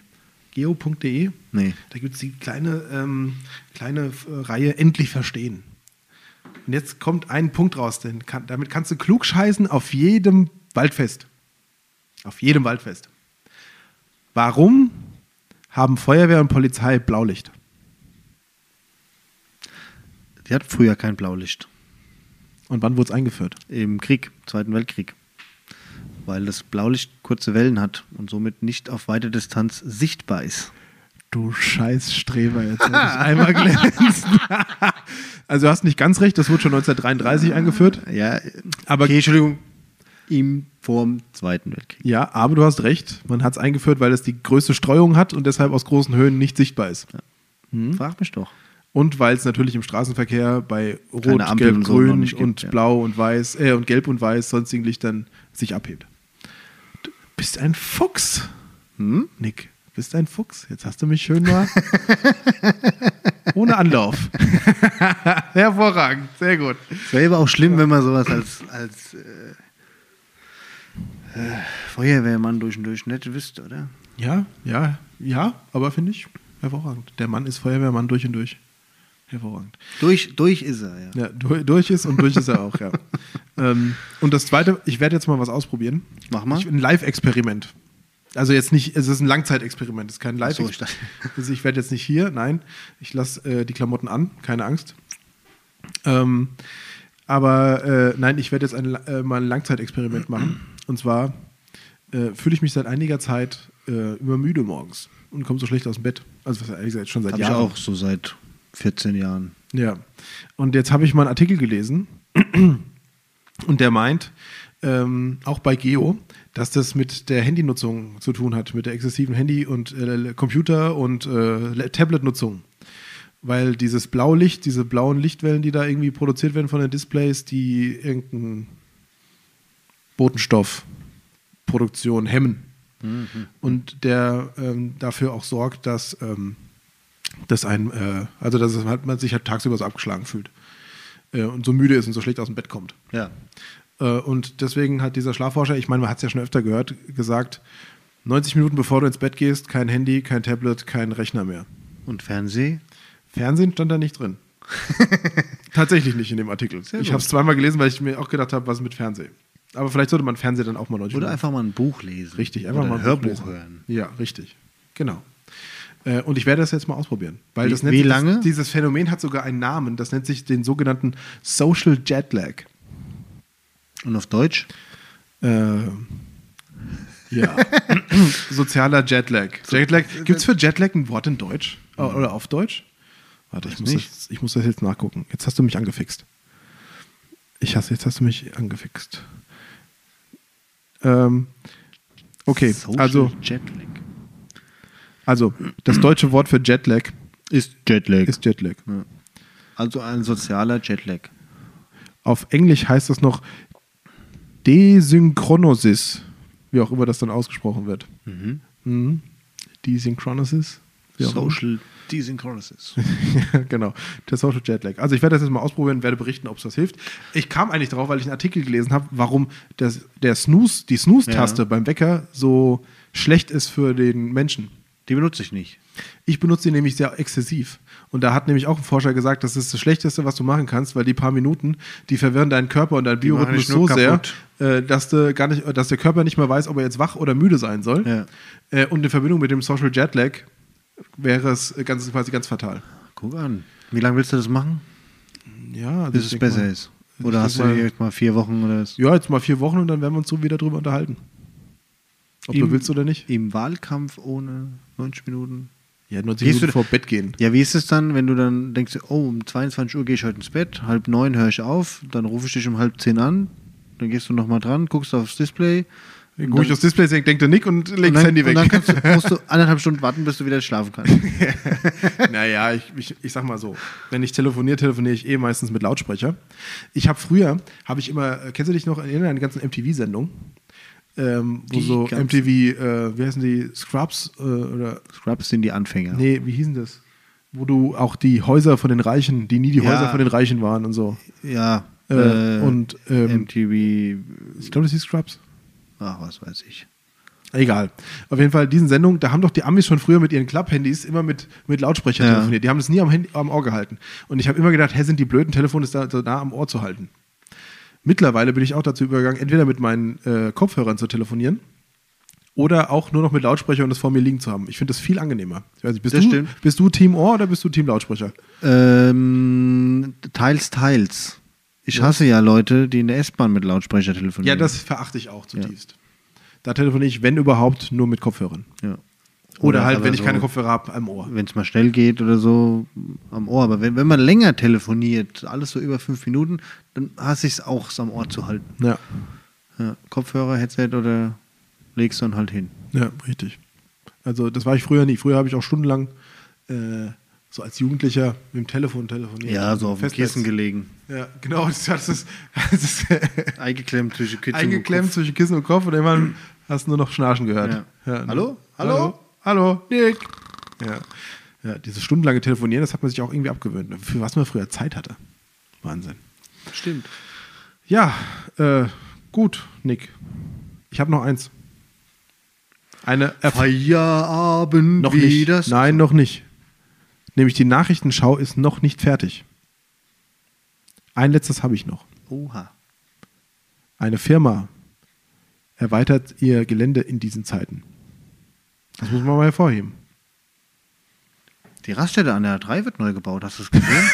[SPEAKER 2] Geo.de?
[SPEAKER 1] Nee.
[SPEAKER 2] Da gibt es die kleine, ähm, kleine äh, Reihe Endlich Verstehen. Und jetzt kommt ein Punkt raus, denn kann, damit kannst du klug scheißen auf jedem Waldfest. Auf jedem Waldfest. Warum haben Feuerwehr und Polizei Blaulicht?
[SPEAKER 1] Die hat früher kein Blaulicht.
[SPEAKER 2] Und wann wurde es eingeführt?
[SPEAKER 1] Im Krieg, Zweiten Weltkrieg. Weil das Blaulicht kurze Wellen hat und somit nicht auf weite Distanz sichtbar ist.
[SPEAKER 2] [LAUGHS] Du scheiß Streber, jetzt hab ich einmal glänzen. [LAUGHS] Also du hast nicht ganz recht, das wurde schon 1933 eingeführt.
[SPEAKER 1] Ja,
[SPEAKER 2] Aber-
[SPEAKER 1] okay, Entschuldigung. Ihm vorm Zweiten Weltkrieg.
[SPEAKER 2] Ja, aber du hast recht. Man hat es eingeführt, weil es die größte Streuung hat und deshalb aus großen Höhen nicht sichtbar ist. Mhm.
[SPEAKER 1] Frag mich doch.
[SPEAKER 2] Und weil es natürlich im Straßenverkehr bei Rot,
[SPEAKER 1] Keine Ampeln
[SPEAKER 2] Gelb,
[SPEAKER 1] und so noch
[SPEAKER 2] Grün
[SPEAKER 1] nicht gibt,
[SPEAKER 2] und
[SPEAKER 1] ja.
[SPEAKER 2] Blau und Weiß, äh, und Gelb und Weiß sonstigen Lichtern sich abhebt. Du bist ein Fuchs,
[SPEAKER 1] Hm?
[SPEAKER 2] Nick. Bist ein Fuchs. Jetzt hast du mich
[SPEAKER 1] [LAUGHS]
[SPEAKER 2] schön mal ohne Anlauf. Hervorragend, sehr gut.
[SPEAKER 1] Es wäre aber auch schlimm, wenn man sowas als, als äh, äh, Feuerwehrmann durch und durch nicht wüsste, oder?
[SPEAKER 2] Ja, ja, ja, aber finde ich hervorragend. Der Mann ist Feuerwehrmann durch und durch. Hervorragend.
[SPEAKER 1] Durch, durch ist er, ja.
[SPEAKER 2] Ja, du- durch ist und durch ist
[SPEAKER 1] [LAUGHS]
[SPEAKER 2] er auch, ja. ähm, und das Zweite, ich werde jetzt mal was ausprobieren.
[SPEAKER 1] Mach mal.
[SPEAKER 2] Ich, ein Live-Experiment. Also jetzt nicht, es ist ein Langzeitexperiment, es ist kein
[SPEAKER 1] so,
[SPEAKER 2] Live-Experiment. [LAUGHS] also ich werde jetzt nicht hier, nein. Ich lasse äh, die Klamotten an, keine Angst. Ähm, aber äh, nein, ich werde jetzt ein, La- äh, mal ein Langzeitexperiment machen. Und zwar äh, fühle ich mich seit einiger Zeit äh, immer müde morgens und komme so schlecht aus dem Bett. Also was ehrlich gesagt schon seit
[SPEAKER 1] Habe ich
[SPEAKER 2] Jahren.
[SPEAKER 1] auch so seit 14 Jahren.
[SPEAKER 2] Ja. Und jetzt habe ich mal einen Artikel gelesen [CLEARS THROAT] und der meint, ähm, auch bei Geo, dass das mit der Handynutzung zu tun hat, mit der exzessiven Handy- und äh, Computer- und äh, Tablet-Nutzung. Weil dieses Blaulicht, diese blauen Lichtwellen, die da irgendwie produziert werden von den Displays, die irgendeinen Botenstoffproduktion hemmen. Und der ähm, dafür auch sorgt, dass. Ähm, dass ein, äh, also dass es halt, man sich halt tagsüber so abgeschlagen fühlt äh, und so müde ist und so schlecht aus dem Bett kommt.
[SPEAKER 1] Ja.
[SPEAKER 2] Äh, und deswegen hat dieser Schlafforscher, ich meine, man hat es ja schon öfter gehört, gesagt, 90 Minuten bevor du ins Bett gehst, kein Handy, kein Tablet, kein Rechner mehr.
[SPEAKER 1] Und Fernseh?
[SPEAKER 2] Fernsehen stand da nicht
[SPEAKER 1] [LAUGHS]
[SPEAKER 2] drin. Tatsächlich nicht in dem Artikel.
[SPEAKER 1] Sehr
[SPEAKER 2] ich
[SPEAKER 1] gut.
[SPEAKER 2] habe es zweimal gelesen, weil ich mir auch gedacht habe, was mit Fernsehen. Aber vielleicht sollte man Fernsehen dann auch mal
[SPEAKER 1] Oder
[SPEAKER 2] 90 Minuten-
[SPEAKER 1] einfach mal ein Buch lesen.
[SPEAKER 2] Richtig, einfach
[SPEAKER 1] Oder
[SPEAKER 2] mal
[SPEAKER 1] ein
[SPEAKER 2] ein
[SPEAKER 1] Hörbuch
[SPEAKER 2] Buch lesen.
[SPEAKER 1] hören.
[SPEAKER 2] Ja, richtig. Genau. Äh, Und ich werde das jetzt mal ausprobieren. Weil
[SPEAKER 1] Wie-
[SPEAKER 2] das nennt
[SPEAKER 1] wie
[SPEAKER 2] sich,
[SPEAKER 1] lange?
[SPEAKER 2] Das, dieses Phänomen hat sogar einen Namen. Das nennt sich den sogenannten Social Jetlag.
[SPEAKER 1] Und auf Deutsch?
[SPEAKER 2] Äh,
[SPEAKER 1] [LAUGHS]
[SPEAKER 2] ja. Sozialer Jetlag. Jetlag.
[SPEAKER 1] Äh,
[SPEAKER 2] Gibt es für Jetlag ein Wort in Deutsch? Äh, Oder auf Deutsch? Warte, ich
[SPEAKER 1] Mhm. Weiß
[SPEAKER 2] muss,
[SPEAKER 1] nicht.
[SPEAKER 2] das, ich muss das jetzt nachgucken. Jetzt hast du mich angefixt. Ich hasse, jetzt hast du mich angefixt. Ähm, okay,
[SPEAKER 1] Social
[SPEAKER 2] also
[SPEAKER 1] Jetlag.
[SPEAKER 2] Also, das deutsche Wort für Jetlag
[SPEAKER 1] Ist Jetlag.
[SPEAKER 2] ist Jetlag.
[SPEAKER 1] ja. Also ein sozialer Jetlag.
[SPEAKER 2] Auf Englisch heißt das noch Desynchronosis, wie auch immer das dann ausgesprochen wird. Mhm. Desynchronosis? wie auch immer.
[SPEAKER 1] Social Desynchronosis.
[SPEAKER 2] [LAUGHS] Ja, genau, der Social Jetlag. Also ich werde das jetzt mal ausprobieren, werde berichten, ob es das hilft. Ich kam eigentlich drauf, weil ich einen Artikel gelesen habe, warum das, der Snooze, die Snooze-Taste
[SPEAKER 1] Ja.
[SPEAKER 2] beim Wecker so schlecht ist für den Menschen.
[SPEAKER 1] Die benutze ich nicht.
[SPEAKER 2] Ich benutze die nämlich sehr exzessiv. Und da hat nämlich auch ein Forscher gesagt, das ist das Schlechteste, was du machen kannst, weil die paar Minuten, die verwirren deinen Körper und deinen
[SPEAKER 1] machen
[SPEAKER 2] Biorhythmus
[SPEAKER 1] dich nur
[SPEAKER 2] so sehr,
[SPEAKER 1] kaputt.
[SPEAKER 2] äh, dass, du gar nicht, dass der Körper nicht mehr weiß, ob er jetzt wach oder müde sein soll.
[SPEAKER 1] Ja.
[SPEAKER 2] Äh, Und in Verbindung mit dem Social Jetlag wäre es äh, ganz, quasi ganz fatal.
[SPEAKER 1] Guck an. Wie lange willst du das machen?
[SPEAKER 2] Ja, also
[SPEAKER 1] Bis
[SPEAKER 2] ich
[SPEAKER 1] es
[SPEAKER 2] denk
[SPEAKER 1] besser
[SPEAKER 2] mal-
[SPEAKER 1] ist.
[SPEAKER 2] ich
[SPEAKER 1] Oder
[SPEAKER 2] denk
[SPEAKER 1] hast du
[SPEAKER 2] mal-
[SPEAKER 1] direkt mal vier Wochen oder so?
[SPEAKER 2] Ja, jetzt mal vier Wochen und dann werden wir uns so wieder drüber unterhalten. Ob
[SPEAKER 1] Im-
[SPEAKER 2] du willst oder nicht.
[SPEAKER 1] Im Wahlkampf ohne 90 Minuten?
[SPEAKER 2] Ja, 90
[SPEAKER 1] Gehst du
[SPEAKER 2] Minuten vor Bett gehen.
[SPEAKER 1] Ja, wie ist es dann, wenn du dann denkst, oh, um 22 Uhr gehe ich heute ins Bett, halb neun höre ich auf, dann rufe ich dich um halb zehn an, dann gehst du nochmal dran, guckst aufs Display.
[SPEAKER 2] Dann
[SPEAKER 1] und
[SPEAKER 2] gucke ich aufs Display, denkt der Nick und
[SPEAKER 1] und
[SPEAKER 2] legt das
[SPEAKER 1] dann,
[SPEAKER 2] Handy weg.
[SPEAKER 1] Und dann kannst du, musst du
[SPEAKER 2] [LAUGHS]
[SPEAKER 1] anderthalb Stunden warten, bis du wieder schlafen kannst.
[SPEAKER 2] Naja, ich, ich, ich sag mal so, wenn ich telefoniere, telefoniere ich eh meistens mit Lautsprecher. Ich habe früher, habe ich immer, äh, kennst du dich noch, erinnern an die ganzen MTV-Sendungen? Ähm, wo
[SPEAKER 1] Die
[SPEAKER 2] so
[SPEAKER 1] ganzen-
[SPEAKER 2] MTV, äh, wie heißen die, Scrubs äh, oder,
[SPEAKER 1] Scrubs sind die Anfänger.
[SPEAKER 2] nee, wie hießen das? Wo du auch die Häuser von den Reichen, die nie die
[SPEAKER 1] Ja.
[SPEAKER 2] Häuser von den Reichen waren und so.
[SPEAKER 1] Ja.
[SPEAKER 2] Äh, und, ähm,
[SPEAKER 1] MTV,
[SPEAKER 2] Ich glaube, das hieß Scrubs.
[SPEAKER 1] ach, was weiß ich.
[SPEAKER 2] Egal. Auf jeden Fall, diesen Sendungen, da haben doch die Amis schon früher mit ihren Club-Handys immer mit, mit Lautsprecher
[SPEAKER 1] Ja.
[SPEAKER 2] telefoniert. Die haben das nie am, Handy, am Ohr gehalten. Und ich habe immer gedacht, hä, sind die blöden Telefone da so nah am Ohr zu halten? Mittlerweile bin ich auch dazu übergegangen, entweder mit meinen äh, Kopfhörern zu telefonieren oder auch nur noch mit Lautsprecher und das vor mir liegen zu haben. Ich finde das viel angenehmer. Ich weiß nicht, bist,
[SPEAKER 1] Das
[SPEAKER 2] du,
[SPEAKER 1] stimmt.
[SPEAKER 2] bist du Team Ohr oder bist du Team Lautsprecher?
[SPEAKER 1] Ähm, teils, teils. Ich hasse ja Leute, die in der S-Bahn mit Lautsprecher telefonieren.
[SPEAKER 2] Ja, das verachte ich auch zutiefst. Da telefoniere ich, wenn überhaupt, nur mit Kopfhörern.
[SPEAKER 1] Ja.
[SPEAKER 2] Oder,
[SPEAKER 1] Oder
[SPEAKER 2] halt,
[SPEAKER 1] aber
[SPEAKER 2] wenn ich
[SPEAKER 1] so- Mhm.
[SPEAKER 2] keine Kopfhörer habe, am Ohr.
[SPEAKER 1] wenn es mal schnell geht oder so am Ohr. Aber wenn, wenn man länger telefoniert, alles so über fünf Minuten, dann hasse ich es auch, es am Ohr zu halten.
[SPEAKER 2] Ja,
[SPEAKER 1] Ja, Kopfhörer, Headset oder legst du dann halt hin.
[SPEAKER 2] ja, richtig. Also das war ich früher nie. Früher habe ich auch stundenlang äh, so als Jugendlicher mit dem Telefon telefoniert.
[SPEAKER 1] Ja, so auf dem
[SPEAKER 2] Festnetz.
[SPEAKER 1] Kissen gelegen.
[SPEAKER 2] Ja, genau. [LAUGHS] Das, das ist, das ist
[SPEAKER 1] Eingeklemmt zwischen Kissen
[SPEAKER 2] eingeklemmt zwischen Kissen und Kopf und irgendwann hast du nur noch Schnarchen gehört.
[SPEAKER 1] Ja.
[SPEAKER 2] ne?
[SPEAKER 1] Hallo?
[SPEAKER 2] Hallo? Hallo? Nick? Ja. ja, dieses stundenlange Telefonieren, das hat man sich auch irgendwie abgewöhnt. ne? Für was man früher Zeit hatte. Wahnsinn.
[SPEAKER 1] Stimmt.
[SPEAKER 2] Ja, äh, gut, Nick. Ich habe noch eins. Eine Erf
[SPEAKER 1] Feierabend
[SPEAKER 2] noch
[SPEAKER 1] wie
[SPEAKER 2] nicht.
[SPEAKER 1] das.
[SPEAKER 2] Nein, noch nicht. Nämlich die Nachrichtenschau ist noch nicht fertig. Ein letztes habe ich noch.
[SPEAKER 1] Oha.
[SPEAKER 2] Eine Firma erweitert ihr Gelände in diesen Zeiten. Das muss man mal hervorheben.
[SPEAKER 1] Die Raststätte an der A3 wird neu gebaut, hast du es
[SPEAKER 2] [LAUGHS]
[SPEAKER 1] gesehen?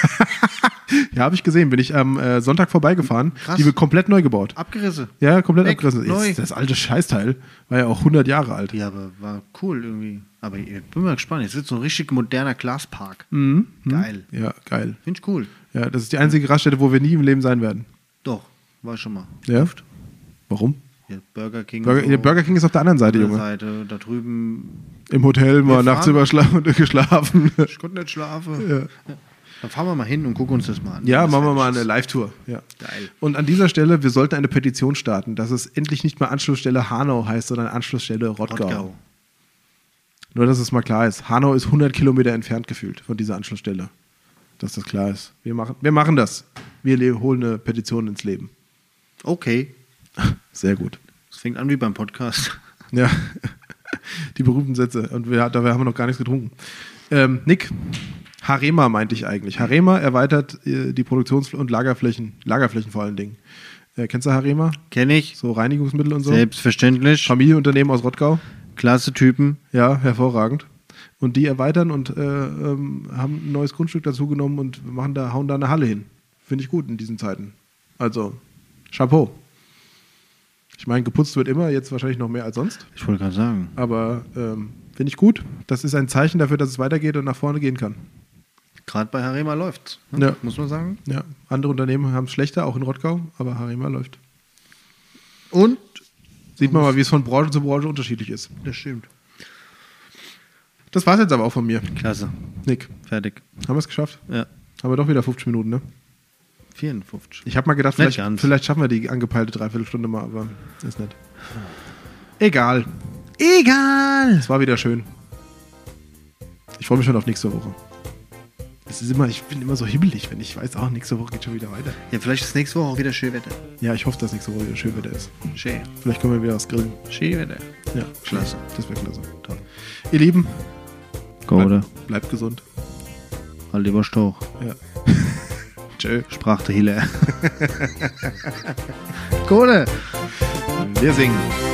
[SPEAKER 2] Ja, habe ich gesehen. Bin ich am äh, Sonntag vorbeigefahren.
[SPEAKER 1] Krass.
[SPEAKER 2] Die wird komplett neu gebaut.
[SPEAKER 1] Abgerisse.
[SPEAKER 2] Ja, komplett
[SPEAKER 1] Weg,
[SPEAKER 2] abgerissen.
[SPEAKER 1] neu.
[SPEAKER 2] Jetzt, das alte Scheißteil war ja auch 100 Jahre alt.
[SPEAKER 1] Ja, aber war cool irgendwie. Aber ich bin mal gespannt. Jetzt wird so ein richtig moderner Glaspark.
[SPEAKER 2] Mhm.
[SPEAKER 1] Geil.
[SPEAKER 2] Ja, geil.
[SPEAKER 1] Finde ich cool.
[SPEAKER 2] Ja, das ist die einzige Raststätte, wo wir nie im Leben sein werden.
[SPEAKER 1] Doch, war schon mal.
[SPEAKER 2] Ja? Warum?
[SPEAKER 1] Hier, Burger King.
[SPEAKER 2] Burger,
[SPEAKER 1] so,
[SPEAKER 2] der Burger King ist auf der anderen Seite,
[SPEAKER 1] andere
[SPEAKER 2] Junge.
[SPEAKER 1] Seite, da drüben.
[SPEAKER 2] Im Hotel mal
[SPEAKER 1] Wir
[SPEAKER 2] nachts
[SPEAKER 1] fahren.
[SPEAKER 2] überschlafen und geschlafen.
[SPEAKER 1] Ich konnte nicht schlafen. Ja. Dann fahren wir mal hin und gucken uns das mal an.
[SPEAKER 2] [LAUGHS] Ja,
[SPEAKER 1] Das
[SPEAKER 2] machen wir mal
[SPEAKER 1] ist-
[SPEAKER 2] eine Live-Tour. Ja.
[SPEAKER 1] Geil.
[SPEAKER 2] Und an dieser Stelle, wir sollten eine Petition starten, dass es endlich nicht mehr Anschlussstelle Hanau heißt, sondern Anschlussstelle Rottgau.
[SPEAKER 1] Rottgau.
[SPEAKER 2] Nur, dass es mal klar ist. Hanau ist 100 Kilometer entfernt gefühlt von dieser Anschlussstelle. Dass das klar ist. Wir machen, wir machen das. Wir le- holen eine Petition ins Leben.
[SPEAKER 1] Okay.
[SPEAKER 2] Sehr gut.
[SPEAKER 1] Es fängt an wie beim Podcast. [LAUGHS]
[SPEAKER 2] Ja. [LAUGHS] Die berühmten Sätze. Und wir, dabei haben wir noch gar nichts getrunken. Ähm, Nick, Harema meinte ich eigentlich. Harema erweitert äh, die Produktions- und Lagerflächen. Lagerflächen vor allen Dingen. Äh, kennst du Harema?
[SPEAKER 1] Kenne ich.
[SPEAKER 2] So Reinigungsmittel und so.
[SPEAKER 1] Selbstverständlich.
[SPEAKER 2] Familienunternehmen aus Rottgau.
[SPEAKER 1] Klasse Typen.
[SPEAKER 2] Ja, hervorragend. Und die erweitern und äh, ähm, haben ein neues Grundstück dazu genommen und machen da, hauen da eine Halle hin. Finde ich gut in diesen Zeiten. Also, Chapeau. Ich meine, geputzt wird immer, jetzt wahrscheinlich noch mehr als sonst.
[SPEAKER 1] Ich wollte gerade sagen.
[SPEAKER 2] Aber ähm, finde ich gut. Das ist ein Zeichen dafür, dass es weitergeht und nach vorne gehen kann.
[SPEAKER 1] Gerade bei Harema läuft's. ne?
[SPEAKER 2] Ja.
[SPEAKER 1] Muss man sagen.
[SPEAKER 2] Ja, andere Unternehmen haben es schlechter, auch in Rottgau, aber Harima läuft.
[SPEAKER 1] Und?
[SPEAKER 2] Sieht man mal, wie es von Branche zu Branche unterschiedlich ist.
[SPEAKER 1] Das stimmt.
[SPEAKER 2] Das war es jetzt aber auch von mir.
[SPEAKER 1] Klasse.
[SPEAKER 2] Nick,
[SPEAKER 1] Fertig.
[SPEAKER 2] haben wir es geschafft?
[SPEAKER 1] Ja.
[SPEAKER 2] Aber doch wieder 50 Minuten, ne?
[SPEAKER 1] 54.
[SPEAKER 2] Ich habe mal gedacht,
[SPEAKER 1] Nicht
[SPEAKER 2] vielleicht,
[SPEAKER 1] ganz.
[SPEAKER 2] vielleicht schaffen wir die angepeilte Dreiviertelstunde mal, aber ist nicht. Egal,
[SPEAKER 1] Egal.
[SPEAKER 2] es war wieder schön. Ich freue mich schon auf nächste Woche. Es ist immer, ich bin immer so hibbelig, wenn ich weiß, auch nächste Woche geht schon wieder weiter.
[SPEAKER 1] Ja, vielleicht ist nächste Woche auch wieder Schönwetter.
[SPEAKER 2] Ja, ich hoffe, dass nächste Woche wieder schön Wetter ist.
[SPEAKER 1] Schön.
[SPEAKER 2] Vielleicht können wir wieder was grillen.
[SPEAKER 1] Schönwetter.
[SPEAKER 2] Ja,
[SPEAKER 1] Klasse.
[SPEAKER 2] Das wäre klasse. Toll. Ihr Lieben,
[SPEAKER 1] Go, oder?
[SPEAKER 2] bleibt, bleibt gesund.
[SPEAKER 1] Halt lieber Stauch.
[SPEAKER 2] Ja. Tschö. [LAUGHS]
[SPEAKER 1] Sprach der Hiller. Kohle.
[SPEAKER 2] Wir singen.